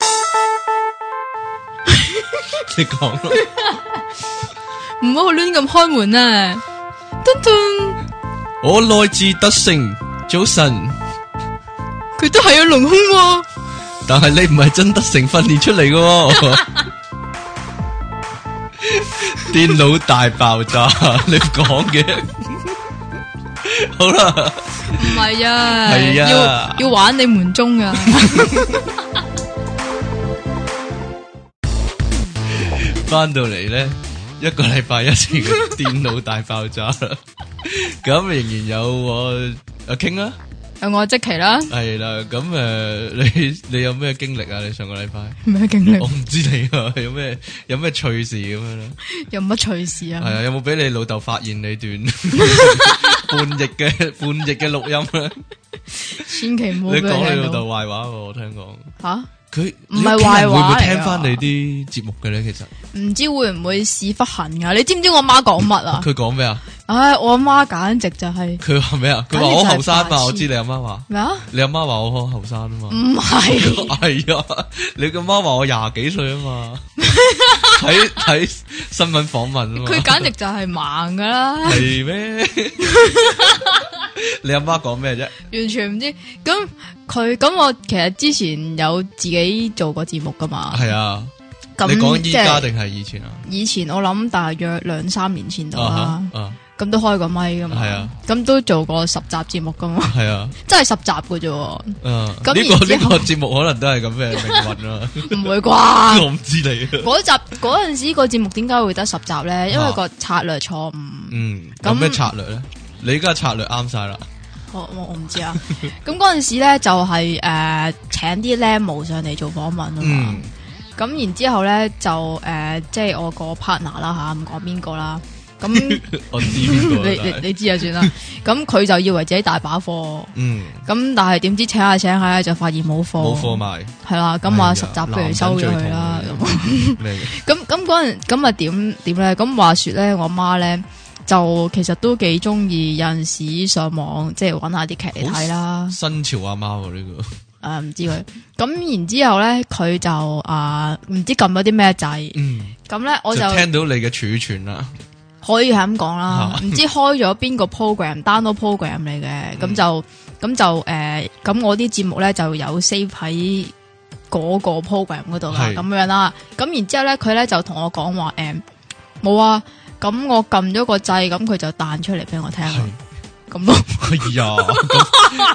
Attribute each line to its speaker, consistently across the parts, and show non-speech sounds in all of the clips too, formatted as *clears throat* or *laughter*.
Speaker 1: *laughs* 你講啦，
Speaker 2: 唔好亂咁開門啊！墩墩，
Speaker 1: 我來自德城，早晨。 *laughs*
Speaker 2: 佢都係有隆胸喎，
Speaker 1: 但係你唔係真德城訓練出嚟嘅喎。電腦大爆炸，你講嘅。好啦，
Speaker 2: 唔係啊，
Speaker 1: 係啊
Speaker 2: 要要玩你門鐘噶，
Speaker 1: 翻到嚟咧，一個禮拜一次嘅電腦大爆炸啦。咁仍然有我阿 King 啊，
Speaker 2: 有我即期啦，
Speaker 1: 係啦。咁誒、呃你你有咩經歷啊？你上個禮拜？
Speaker 2: 咩經
Speaker 1: 我
Speaker 2: 歷？
Speaker 1: 唔知你啊，有咩有咩趣事咁樣咧？
Speaker 2: 有乜趣事
Speaker 1: *laughs* 係
Speaker 2: 啊？
Speaker 1: 啊，有冇俾你老豆發現你
Speaker 2: *laughs*
Speaker 1: 段 *laughs* 叛逆嘅 *laughs* 叛逆嘅錄音咧？
Speaker 2: 千祈唔好
Speaker 1: 你
Speaker 2: 俾佢
Speaker 1: 講你老
Speaker 2: 聽
Speaker 1: 豆
Speaker 2: 到
Speaker 1: 壞話喎，我聽講。
Speaker 2: 吓。
Speaker 1: 佢
Speaker 2: 唔係
Speaker 1: 你屋
Speaker 2: 壞話嚟㗎
Speaker 1: 企人會唔會聽翻你啲節目嘅咧？其實
Speaker 2: 唔知會唔會屎忽痕噶？你知唔知我媽講乜啊？
Speaker 1: 佢講咩啊？
Speaker 2: 唉，我阿媽簡直就係
Speaker 1: 佢話咩啊？佢話我後生
Speaker 2: 簡直
Speaker 1: 嘛，我
Speaker 2: 就係白痴嗯
Speaker 1: 知你阿媽話，
Speaker 2: 咩啊？
Speaker 1: 你阿媽話我好後生啊嘛。
Speaker 2: 唔
Speaker 1: 그
Speaker 2: 係，
Speaker 1: 係啊，你個媽話我廿幾歲啊
Speaker 2: *laughs*
Speaker 1: 嘛，睇睇新聞訪問啊嘛。
Speaker 2: 佢簡直就係盲噶啦，
Speaker 1: 係
Speaker 2: *laughs*
Speaker 1: 咩？你阿媽講咩啫？
Speaker 2: 完全唔知。咁佢咁我其實之前有自己做過節目噶嘛，
Speaker 1: 係啊，
Speaker 2: 咁
Speaker 1: 你講依
Speaker 2: 即係
Speaker 1: 家定係以前啊？
Speaker 2: 以前我諗大約兩三年前度啦
Speaker 1: 啊，哈啊，
Speaker 2: 咁都開過咪噶嘛
Speaker 1: 係啊，
Speaker 2: 咁都做過十集節目噶
Speaker 1: *laughs*
Speaker 2: 嘛，
Speaker 1: 係啊，
Speaker 2: 真係十集嘅啫喎，
Speaker 1: 嗯，呢個
Speaker 2: 咁
Speaker 1: 呢
Speaker 2: 然之後
Speaker 1: 個節目可能都係咁
Speaker 2: *laughs*
Speaker 1: 嘅命運啦。
Speaker 2: 唔會
Speaker 1: *laughs*
Speaker 2: 啩？
Speaker 1: 我唔知你啊。
Speaker 2: 嗰集嗰陣時個節目點解會得十集咧？
Speaker 1: 啊
Speaker 2: 因為個策略錯誤。
Speaker 1: 嗯，
Speaker 2: 咁
Speaker 1: 咁咩策略咧？你而家策略啱晒啦，
Speaker 2: 我我我唔知啊。咁嗰陣時咧就係、誒、請啲僆模上嚟做訪問啊嘛
Speaker 1: 嗯。
Speaker 2: 咁、然之後咧就誒、即係我個 partner 啦吓，唔講邊個啦。咁你
Speaker 1: *laughs* 我知邊個
Speaker 2: 你
Speaker 1: 啦。
Speaker 2: 你知就算啦。咁佢就以為自己大把貨，
Speaker 1: 嗯，
Speaker 2: 咁但係點知請下請下咧就發現冇貨，
Speaker 1: 冇貨賣
Speaker 2: 係啦。哦咁
Speaker 1: 哎呀
Speaker 2: 話十集不如收咗佢啦
Speaker 1: 男。人最啊
Speaker 2: 咁
Speaker 1: 咩
Speaker 2: *laughs*
Speaker 1: 嘅？
Speaker 2: 咁咁嗰陣咁啊點點咧？咁話說咧，我媽咧就其實都幾中意有陣時上網即係揾下啲劇嚟睇啦。
Speaker 1: 新潮阿媽喎呢個，
Speaker 2: 诶，唔知佢。咁然之后咧，佢就啊，唔知撳咗啲咩掣。
Speaker 1: 嗯，
Speaker 2: 咁咧，我
Speaker 1: 就
Speaker 2: 就
Speaker 1: 聽到你嘅儲存啦。
Speaker 2: 可以係咁講啦
Speaker 1: 啊。
Speaker 2: 唔知開咗邊個 program，download program 嚟嘅。
Speaker 1: 嗯
Speaker 2: 咁就咁就诶，咁我啲節目咧就有 save 喺嗰個 program 嗰度啦，
Speaker 1: 係
Speaker 2: 咁樣啦。咁然之后咧，佢咧就同我講話诶，冇啊。咁我撳咗個掣，咁佢就彈出嚟俾我聽啦。
Speaker 1: 係
Speaker 2: 咁咯，
Speaker 1: 哎呀，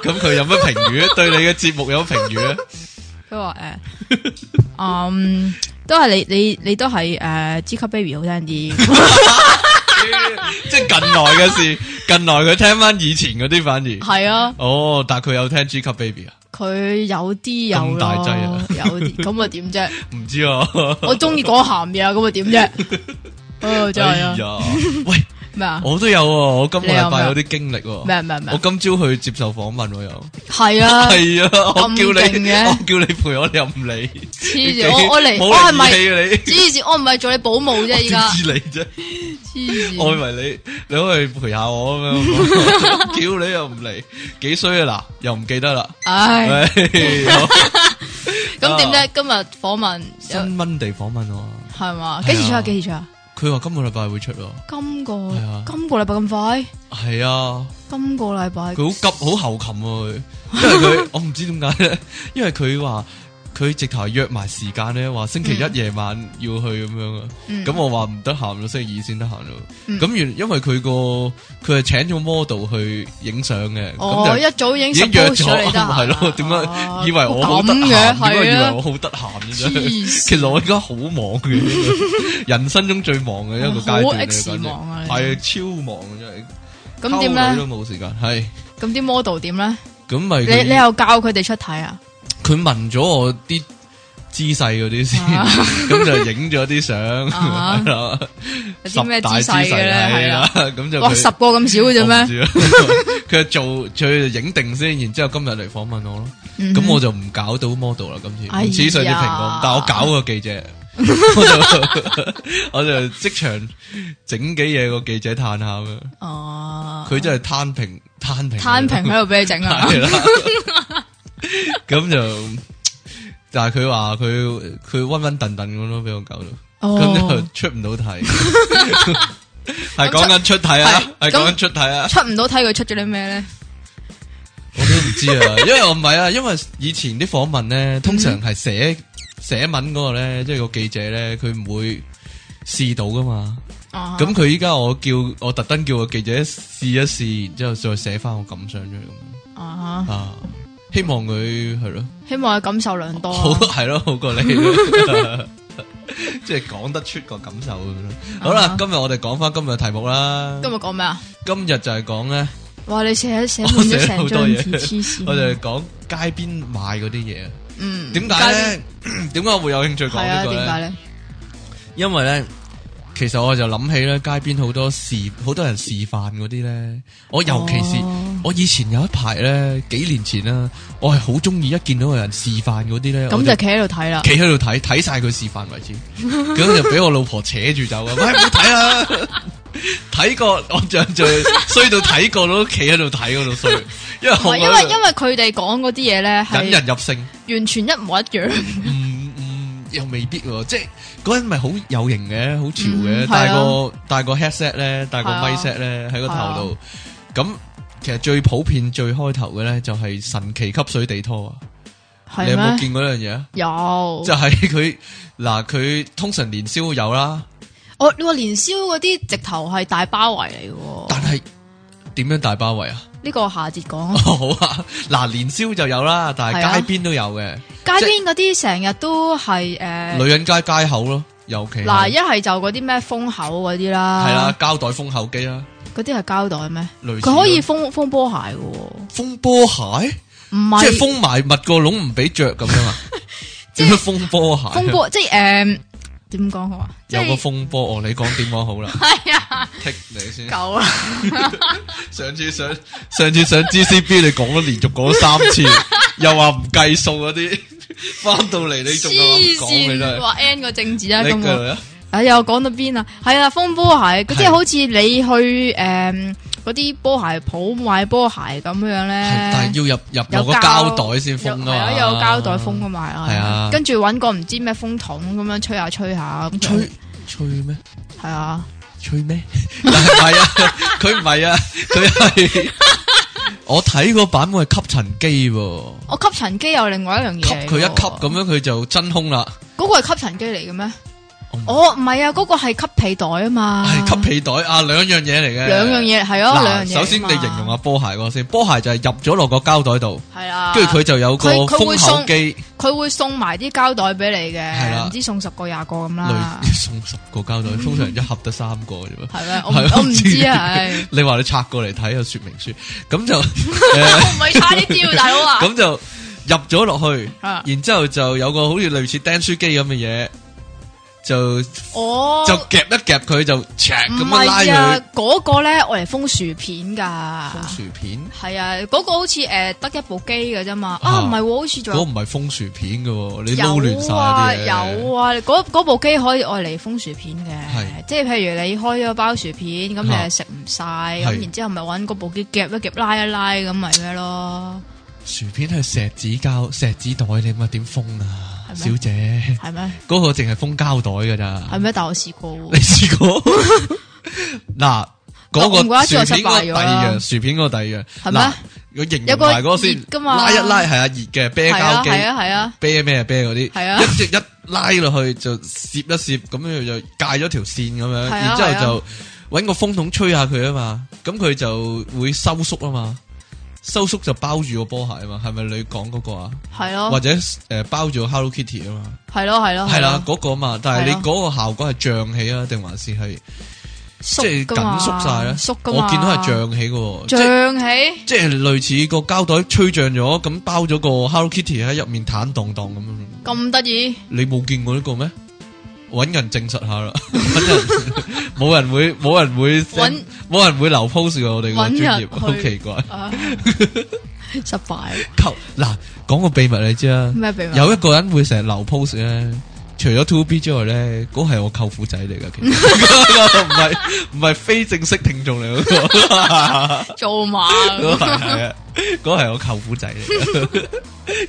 Speaker 1: 咁咁佢有乜評語？對你嘅節目有乜評語啊？ *laughs*
Speaker 2: 佢話诶，嗯，都係你你你都係诶，G 級 baby 好聽啲。
Speaker 1: *laughs* 即係近來嘅事，近來佢聽翻以前嗰啲反而。
Speaker 2: 系啊，
Speaker 1: 哦，但係佢有聽 G 級 Baby 啊？
Speaker 2: 佢有啲有
Speaker 1: 咁
Speaker 2: 咯
Speaker 1: 大劑啊
Speaker 2: 有啲咁啊點啫？
Speaker 1: 唔知啊， *laughs*
Speaker 2: 我中意講鹹嘢啊，咁啊點啫？哦，真
Speaker 1: 哎
Speaker 2: 係
Speaker 1: 呀
Speaker 2: 啊，，
Speaker 1: 喂，
Speaker 2: 咩啊？
Speaker 1: 我都有喎，我今個禮
Speaker 2: 你
Speaker 1: 拜
Speaker 2: 有
Speaker 1: 有
Speaker 2: 咩
Speaker 1: 啲經歷喎。
Speaker 2: 咩啊咩啊咩
Speaker 1: 我
Speaker 2: 啊？
Speaker 1: 今朝去接受訪問喎，又
Speaker 2: 係啊，
Speaker 1: 係啊，我叫
Speaker 2: 咁勁
Speaker 1: 你，
Speaker 2: 嘅
Speaker 1: 我叫你陪我，你又唔嚟，
Speaker 2: 黐住我我嚟，
Speaker 1: 冇
Speaker 2: 我係咪
Speaker 1: 嚟義氣
Speaker 2: 黐線？我唔係做你保姆啫，
Speaker 1: 啊
Speaker 2: 而
Speaker 1: 你，我點知
Speaker 2: 家嗯
Speaker 1: 你啫？
Speaker 2: 黐
Speaker 1: 我以
Speaker 2: 線。
Speaker 1: 為你你可以陪下我咁
Speaker 2: *laughs*
Speaker 1: 樣，叫你又唔嚟，幾衰啊嗱，又唔記得啦。哎
Speaker 2: 唉，
Speaker 1: 唉
Speaker 2: *laughs* 咁點啫？今日訪問有
Speaker 1: 啊新温地訪問我，
Speaker 2: 係嘛？幾時出
Speaker 1: 係
Speaker 2: 啊？
Speaker 1: 啊
Speaker 2: 幾時出啊？
Speaker 1: 佢話今個禮拜會出喎。
Speaker 2: 今個
Speaker 1: 係啊
Speaker 2: 今個禮拜咁快？
Speaker 1: 係啊，
Speaker 2: 今個禮拜
Speaker 1: 佢好急，好後擒喎、佢因為佢我唔知點解咧， *laughs* 因為佢話佢直頭約埋時間咧，話星期
Speaker 2: 嗯
Speaker 1: 一夜晚要去咁樣啊。
Speaker 2: 嗯
Speaker 1: 咁我話唔得閒咯，星期二先得閒咯。
Speaker 2: 嗯
Speaker 1: 咁原因為佢個佢係請咗 model 去影相嘅，
Speaker 2: 哦，
Speaker 1: 咁就
Speaker 2: 一早已經
Speaker 1: 已經約
Speaker 2: suppose
Speaker 1: 咗，
Speaker 2: 咗你得
Speaker 1: *laughs* 係咯？
Speaker 2: 閒
Speaker 1: 點
Speaker 2: 啊
Speaker 1: 解以為我好得
Speaker 2: 咁嘅
Speaker 1: 閒？點解以
Speaker 2: 係
Speaker 1: 為
Speaker 2: 啊
Speaker 1: 我？好得閒嘅啫？
Speaker 2: 黐線
Speaker 1: 其實我而家好忙
Speaker 2: *laughs*
Speaker 1: 嘅，人生中最忙嘅一個階
Speaker 2: 哦好
Speaker 1: 段嚟
Speaker 2: X
Speaker 1: 簡直
Speaker 2: 忙啊你
Speaker 1: 係超忙嘅真係。
Speaker 2: 咁點
Speaker 1: 溝女
Speaker 2: 咧
Speaker 1: 都？冇時間，係
Speaker 2: 咁啲 model 點咧？
Speaker 1: 咁咪
Speaker 2: 你你
Speaker 1: 佢
Speaker 2: 又教佢哋出體啊？
Speaker 1: 佢問咗我啲姿勢嗰啲先
Speaker 2: 啊，
Speaker 1: *laughs* 咁就影咗啲相，
Speaker 2: 啊
Speaker 1: 係啦
Speaker 2: 有啲咩
Speaker 1: 十
Speaker 2: 姿
Speaker 1: 大
Speaker 2: 勢嘅咧？
Speaker 1: 係
Speaker 2: 係
Speaker 1: 啦
Speaker 2: 啊，，
Speaker 1: 咁就
Speaker 2: 哇
Speaker 1: 佢
Speaker 2: 十個咁少嘅啫
Speaker 1: 我唔
Speaker 2: 咩？
Speaker 1: 知啊 *laughs* 佢做佢就影定先，然之後今日嚟訪問我咯。
Speaker 2: 嗯
Speaker 1: 咁我就唔搞到 model 啦，今
Speaker 2: 哎呀
Speaker 1: 次此上啲蘋果，但我搞個記
Speaker 2: *laughs*
Speaker 1: 者，我就我就即場整幾嘢個記者嘆下咁樣，
Speaker 2: 哦，
Speaker 1: 佢啊真係攤平攤平 *laughs*
Speaker 2: 攤平喺度俾你整啊！
Speaker 1: 係啦，咁就但系佢话佢佢温温顿顿咁咯，俾我搞到，咁
Speaker 2: 哦，
Speaker 1: 就出唔
Speaker 2: *laughs*
Speaker 1: 到題。係講緊出題啊，係
Speaker 2: 係
Speaker 1: 講緊出題啊，
Speaker 2: 出唔到睇佢出咗啲咩咧？
Speaker 1: 我都唔知 *laughs* 啊，因為我唔係啊，因為以前啲訪問咧，通常係寫寫文嗰個咧，即係個記者咧，佢唔會試到噶嘛。
Speaker 2: 哦，
Speaker 1: 咁佢依家我叫我特登叫個記者試一試，然之後再寫翻我感想出嚟咁
Speaker 2: 啊
Speaker 1: 樣啊，希望佢係咯。
Speaker 2: 哈，希望佢感受良多啊。
Speaker 1: 好系咯，好
Speaker 2: *laughs*
Speaker 1: 過你咯，即係講得出個感受咁樣咯。好
Speaker 2: 啊
Speaker 1: 啦
Speaker 2: 哈，
Speaker 1: 今日我哋講翻今日嘅題目啦。
Speaker 2: 今日講咩啊？
Speaker 1: 今日就係講咧，
Speaker 2: 哇！你寫寫
Speaker 1: 我
Speaker 2: 滿咗
Speaker 1: 寫
Speaker 2: 成
Speaker 1: 好
Speaker 2: 張
Speaker 1: 多嘢
Speaker 2: 紙，黐線。
Speaker 1: 我哋講街邊買嗰啲嘢。
Speaker 2: 嗯，
Speaker 1: 點解咧？ *clears throat* 點解我會有興趣講
Speaker 2: 街邊？係啊，
Speaker 1: 呢個
Speaker 2: 點解
Speaker 1: 咧？
Speaker 2: 咧？
Speaker 1: 因為咧，其實我就諗起咧，街邊好多示，好多人示範嗰啲咧。我尤其是
Speaker 2: 哦
Speaker 1: 我以前有一排咧，幾年前啦，我係好中意一見到有人示範嗰啲咧，我
Speaker 2: 咁就企喺度睇啦。
Speaker 1: *laughs* 企喺度睇，睇晒佢示範為
Speaker 2: *laughs*
Speaker 1: 止，咁就俾我老婆扯住走啊！喂，唔好睇
Speaker 2: *laughs*
Speaker 1: 啦，睇過我就就衰到睇過都企喺度睇嗰度衰，因為
Speaker 2: 唔
Speaker 1: 我
Speaker 2: 係因為因為佢哋講嗰啲嘢咧
Speaker 1: 引人
Speaker 2: 係
Speaker 1: 入勝，
Speaker 2: 完全一模一樣。
Speaker 1: *laughs* 嗯嗯，又未必喎，即係嗰陣咪好有型嘅，好潮
Speaker 2: 嗯
Speaker 1: 嘅，
Speaker 2: 係啊
Speaker 1: 戴個戴個 headset 咧，戴個
Speaker 2: 係啊啊
Speaker 1: mic set 咧喺個頭度，咁其實最普遍最開頭嘅咧就係神奇吸水地拖啊！你有
Speaker 2: 係
Speaker 1: 冇
Speaker 2: 咩？
Speaker 1: 見過呢樣嘢啊？
Speaker 2: 有
Speaker 1: 就係佢嗱，佢通常年宵會有啦。
Speaker 2: 我哦你話年宵嗰啲直頭係大包圍嚟嘅喎，
Speaker 1: 但系點樣大包圍啊？ *laughs*
Speaker 2: 呢個下節講。
Speaker 1: 好啊，嗱，年宵就有啦，但
Speaker 2: 係啊
Speaker 1: 係街邊都有嘅，
Speaker 2: 街邊嗰啲成日都係诶，
Speaker 1: 女人街街口咯，尤其係
Speaker 2: 嗱一係就嗰啲咩封口嗰啲啦，
Speaker 1: 係啦，，膠袋封口機啦，
Speaker 2: 嗰啲係膠袋咩？
Speaker 1: 類似
Speaker 2: 佢可以
Speaker 1: 咯
Speaker 2: 封封波鞋嘅喎，
Speaker 1: 封波鞋，
Speaker 2: 唔
Speaker 1: 即係
Speaker 2: 係
Speaker 1: 封埋密個籠唔俾着咁
Speaker 2: *laughs*
Speaker 1: 樣啊？ *laughs*
Speaker 2: 即係
Speaker 1: 點樣封波鞋啊？
Speaker 2: 封波，即係诶點講好啊？即
Speaker 1: 有個
Speaker 2: 係？
Speaker 1: 風波，哦，你講點講好啦
Speaker 2: *laughs* 係啊，
Speaker 1: 剔你先。
Speaker 2: 夠啦，
Speaker 1: 上次上上次上 GCB 你講咗連續講咗三
Speaker 2: *laughs*
Speaker 1: 次，又話唔計數嗰啲， *laughs* 翻到嚟 *laughs* 你仲講嘅
Speaker 2: 黐
Speaker 1: 真
Speaker 2: 線
Speaker 1: 係
Speaker 2: 話 N 個政治啊，
Speaker 1: 你
Speaker 2: 咁
Speaker 1: 繼
Speaker 2: 我
Speaker 1: 續。啊
Speaker 2: 哎呀，講到邊啊？係啊，風波鞋，即係
Speaker 1: 係
Speaker 2: 好似你去诶嗰啲波鞋鋪買波鞋咁
Speaker 1: 係
Speaker 2: 樣咧
Speaker 1: 但。係要入入
Speaker 2: 有
Speaker 1: 落個膠袋先封
Speaker 2: 係
Speaker 1: 啊，
Speaker 2: 啊，有膠袋封噶嘛，
Speaker 1: 係啊
Speaker 2: 跟住揾個唔知咩風筒咁樣吹下吹下，咁
Speaker 1: 吹吹咩？
Speaker 2: 係啊，
Speaker 1: 吹咩？ *laughs* 但係唔係啊，佢唔係啊，佢係
Speaker 2: *laughs*
Speaker 1: 我睇個版本係吸塵機喎，
Speaker 2: 我吸塵機有另外一樣嘢
Speaker 1: 吸
Speaker 2: 嚟喎，
Speaker 1: 佢一吸咁樣佢就真空啦，
Speaker 2: 嗰個係吸塵機嚟嘅咩
Speaker 1: 我唔？
Speaker 2: 哦，唔係啊，嗰個係吸皮袋啊嘛，
Speaker 1: 係吸皮袋啊，兩樣嘢嚟嘅。
Speaker 2: 兩樣嘢係咯，兩樣
Speaker 1: 嗱，
Speaker 2: 嘢。
Speaker 1: 首先你形容下，波鞋嗰個先，波鞋就係入咗落個膠袋度，
Speaker 2: 係啦，
Speaker 1: 跟住佢就有個
Speaker 2: 佢佢
Speaker 1: 封
Speaker 2: 會
Speaker 1: 口
Speaker 2: 送
Speaker 1: 機，
Speaker 2: 佢會送埋啲膠袋俾你
Speaker 1: 係
Speaker 2: 嘅，
Speaker 1: 啦
Speaker 2: 唔知送十個廿個咁啦
Speaker 1: 類， *laughs* 送十個膠袋，通常一盒得三個啫嘛。
Speaker 2: 係咩？我唔
Speaker 1: 係
Speaker 2: 我唔知啊，唉
Speaker 1: 你話你拆過嚟睇個說明書，咁就。 *laughs*
Speaker 2: 我唔係差啲招，大 *laughs* 佬啊，
Speaker 1: 咁就入咗落去，
Speaker 2: 啊
Speaker 1: 然之后就有個好似類似釘書機咁嘅嘢，就
Speaker 2: 我
Speaker 1: 就夾一夾佢就赤咁
Speaker 2: 唔
Speaker 1: 樣拉
Speaker 2: 係啊
Speaker 1: 佢。，
Speaker 2: 嗰個咧我嚟封薯片㗎。
Speaker 1: 風薯片
Speaker 2: 係啊，嗰、個好似誒得一部機嘅啫嘛。
Speaker 1: 啊
Speaker 2: 啊，唔係喎，好似
Speaker 1: 嗰
Speaker 2: 仲
Speaker 1: 個
Speaker 2: 有
Speaker 1: 唔係風薯片嘅喎，你撈亂晒啲
Speaker 2: 有啊
Speaker 1: 嘢。
Speaker 2: 有啊，嗰嗰部機可以愛嚟封薯片
Speaker 1: 係
Speaker 2: 嘅，即係譬如你開咗包薯片，咁你
Speaker 1: 啊
Speaker 2: 係食唔晒，
Speaker 1: 係
Speaker 2: 咁然之後咪揾嗰部機夾一夾拉一拉咁咪咩咯，
Speaker 1: 薯片係錫紙膠、錫紙袋，你咪點封啊，
Speaker 2: 係咩 *laughs*
Speaker 1: 小姐？
Speaker 2: 係咩？
Speaker 1: 嗰個淨係封膠袋㗎
Speaker 2: 係
Speaker 1: 咋？
Speaker 2: 咩？但我試過
Speaker 1: 你
Speaker 2: 喎， *laughs*
Speaker 1: 試過嗱？嗰
Speaker 2: 我唔
Speaker 1: 個
Speaker 2: 怪得
Speaker 1: 薯
Speaker 2: 知
Speaker 1: 片
Speaker 2: 我
Speaker 1: 嗰個第
Speaker 2: 失敗咗
Speaker 1: 二
Speaker 2: 啦
Speaker 1: 樣，薯片嗰個第二樣，
Speaker 2: 係咩？
Speaker 1: 嗱，佢形容
Speaker 2: 有個
Speaker 1: 埋嗰個
Speaker 2: 熱
Speaker 1: 先，
Speaker 2: 㗎嘛
Speaker 1: 拉一拉係啊，熱嘅 *laughs* 啤
Speaker 2: 係
Speaker 1: 膠
Speaker 2: 啊
Speaker 1: 機。
Speaker 2: 係啊係啊，
Speaker 1: 啤咩啤嗰啲，
Speaker 2: 係啊
Speaker 1: 一直一拉落去就攝一攝，咁樣就界咗條線咁樣，
Speaker 2: 係啊
Speaker 1: 然之
Speaker 2: 係啊
Speaker 1: 後就揾個風筒吹下佢啊嘛，咁佢就會收縮啊嘛，收縮就包住個波鞋啊嘛，係咪你講嗰個啊？
Speaker 2: 係
Speaker 1: 或
Speaker 2: 咯
Speaker 1: 者诶包住個 Hello Kitty 啊嘛，
Speaker 2: 係咯係咯
Speaker 1: 係啦
Speaker 2: 咯，
Speaker 1: 嗰個啊嘛，但係
Speaker 2: 哦係
Speaker 1: 你
Speaker 2: 啊
Speaker 1: 嗰個效果係脹起啊，定還是係即
Speaker 2: 縮
Speaker 1: 係
Speaker 2: 㗎嘛
Speaker 1: 緊縮晒咧？
Speaker 2: 縮㗎嘛，
Speaker 1: 我見到係脹起嘅喎，即係
Speaker 2: 脹起，
Speaker 1: 即係類似個膠袋吹脹咗，咁包咗個 Hello Kitty 喺入面坦蕩蕩咁樣。
Speaker 2: 咁得意，
Speaker 1: 你冇見過呢個咩？揾人證實下啦， *laughs* 揾人冇人會冇人會 send-
Speaker 2: 揾
Speaker 1: 冇人會留 post 嘅，我哋個
Speaker 2: 揾人
Speaker 1: 專業
Speaker 2: 去
Speaker 1: 好奇怪。
Speaker 2: 啊 *laughs* 失敗
Speaker 1: 求嗱，講個秘密你知啦，
Speaker 2: 咩秘密？
Speaker 1: 有一個人會成日留 post 咧，除咗 Two B 之外咧，嗰係我舅父仔嚟噶，其
Speaker 2: *laughs*
Speaker 1: 實唔係唔係非正式聽眾嚟嗰個。
Speaker 2: 做馬
Speaker 1: *laughs* 嗰個係啊，嗰係我舅父仔嚟 *laughs* 嘅，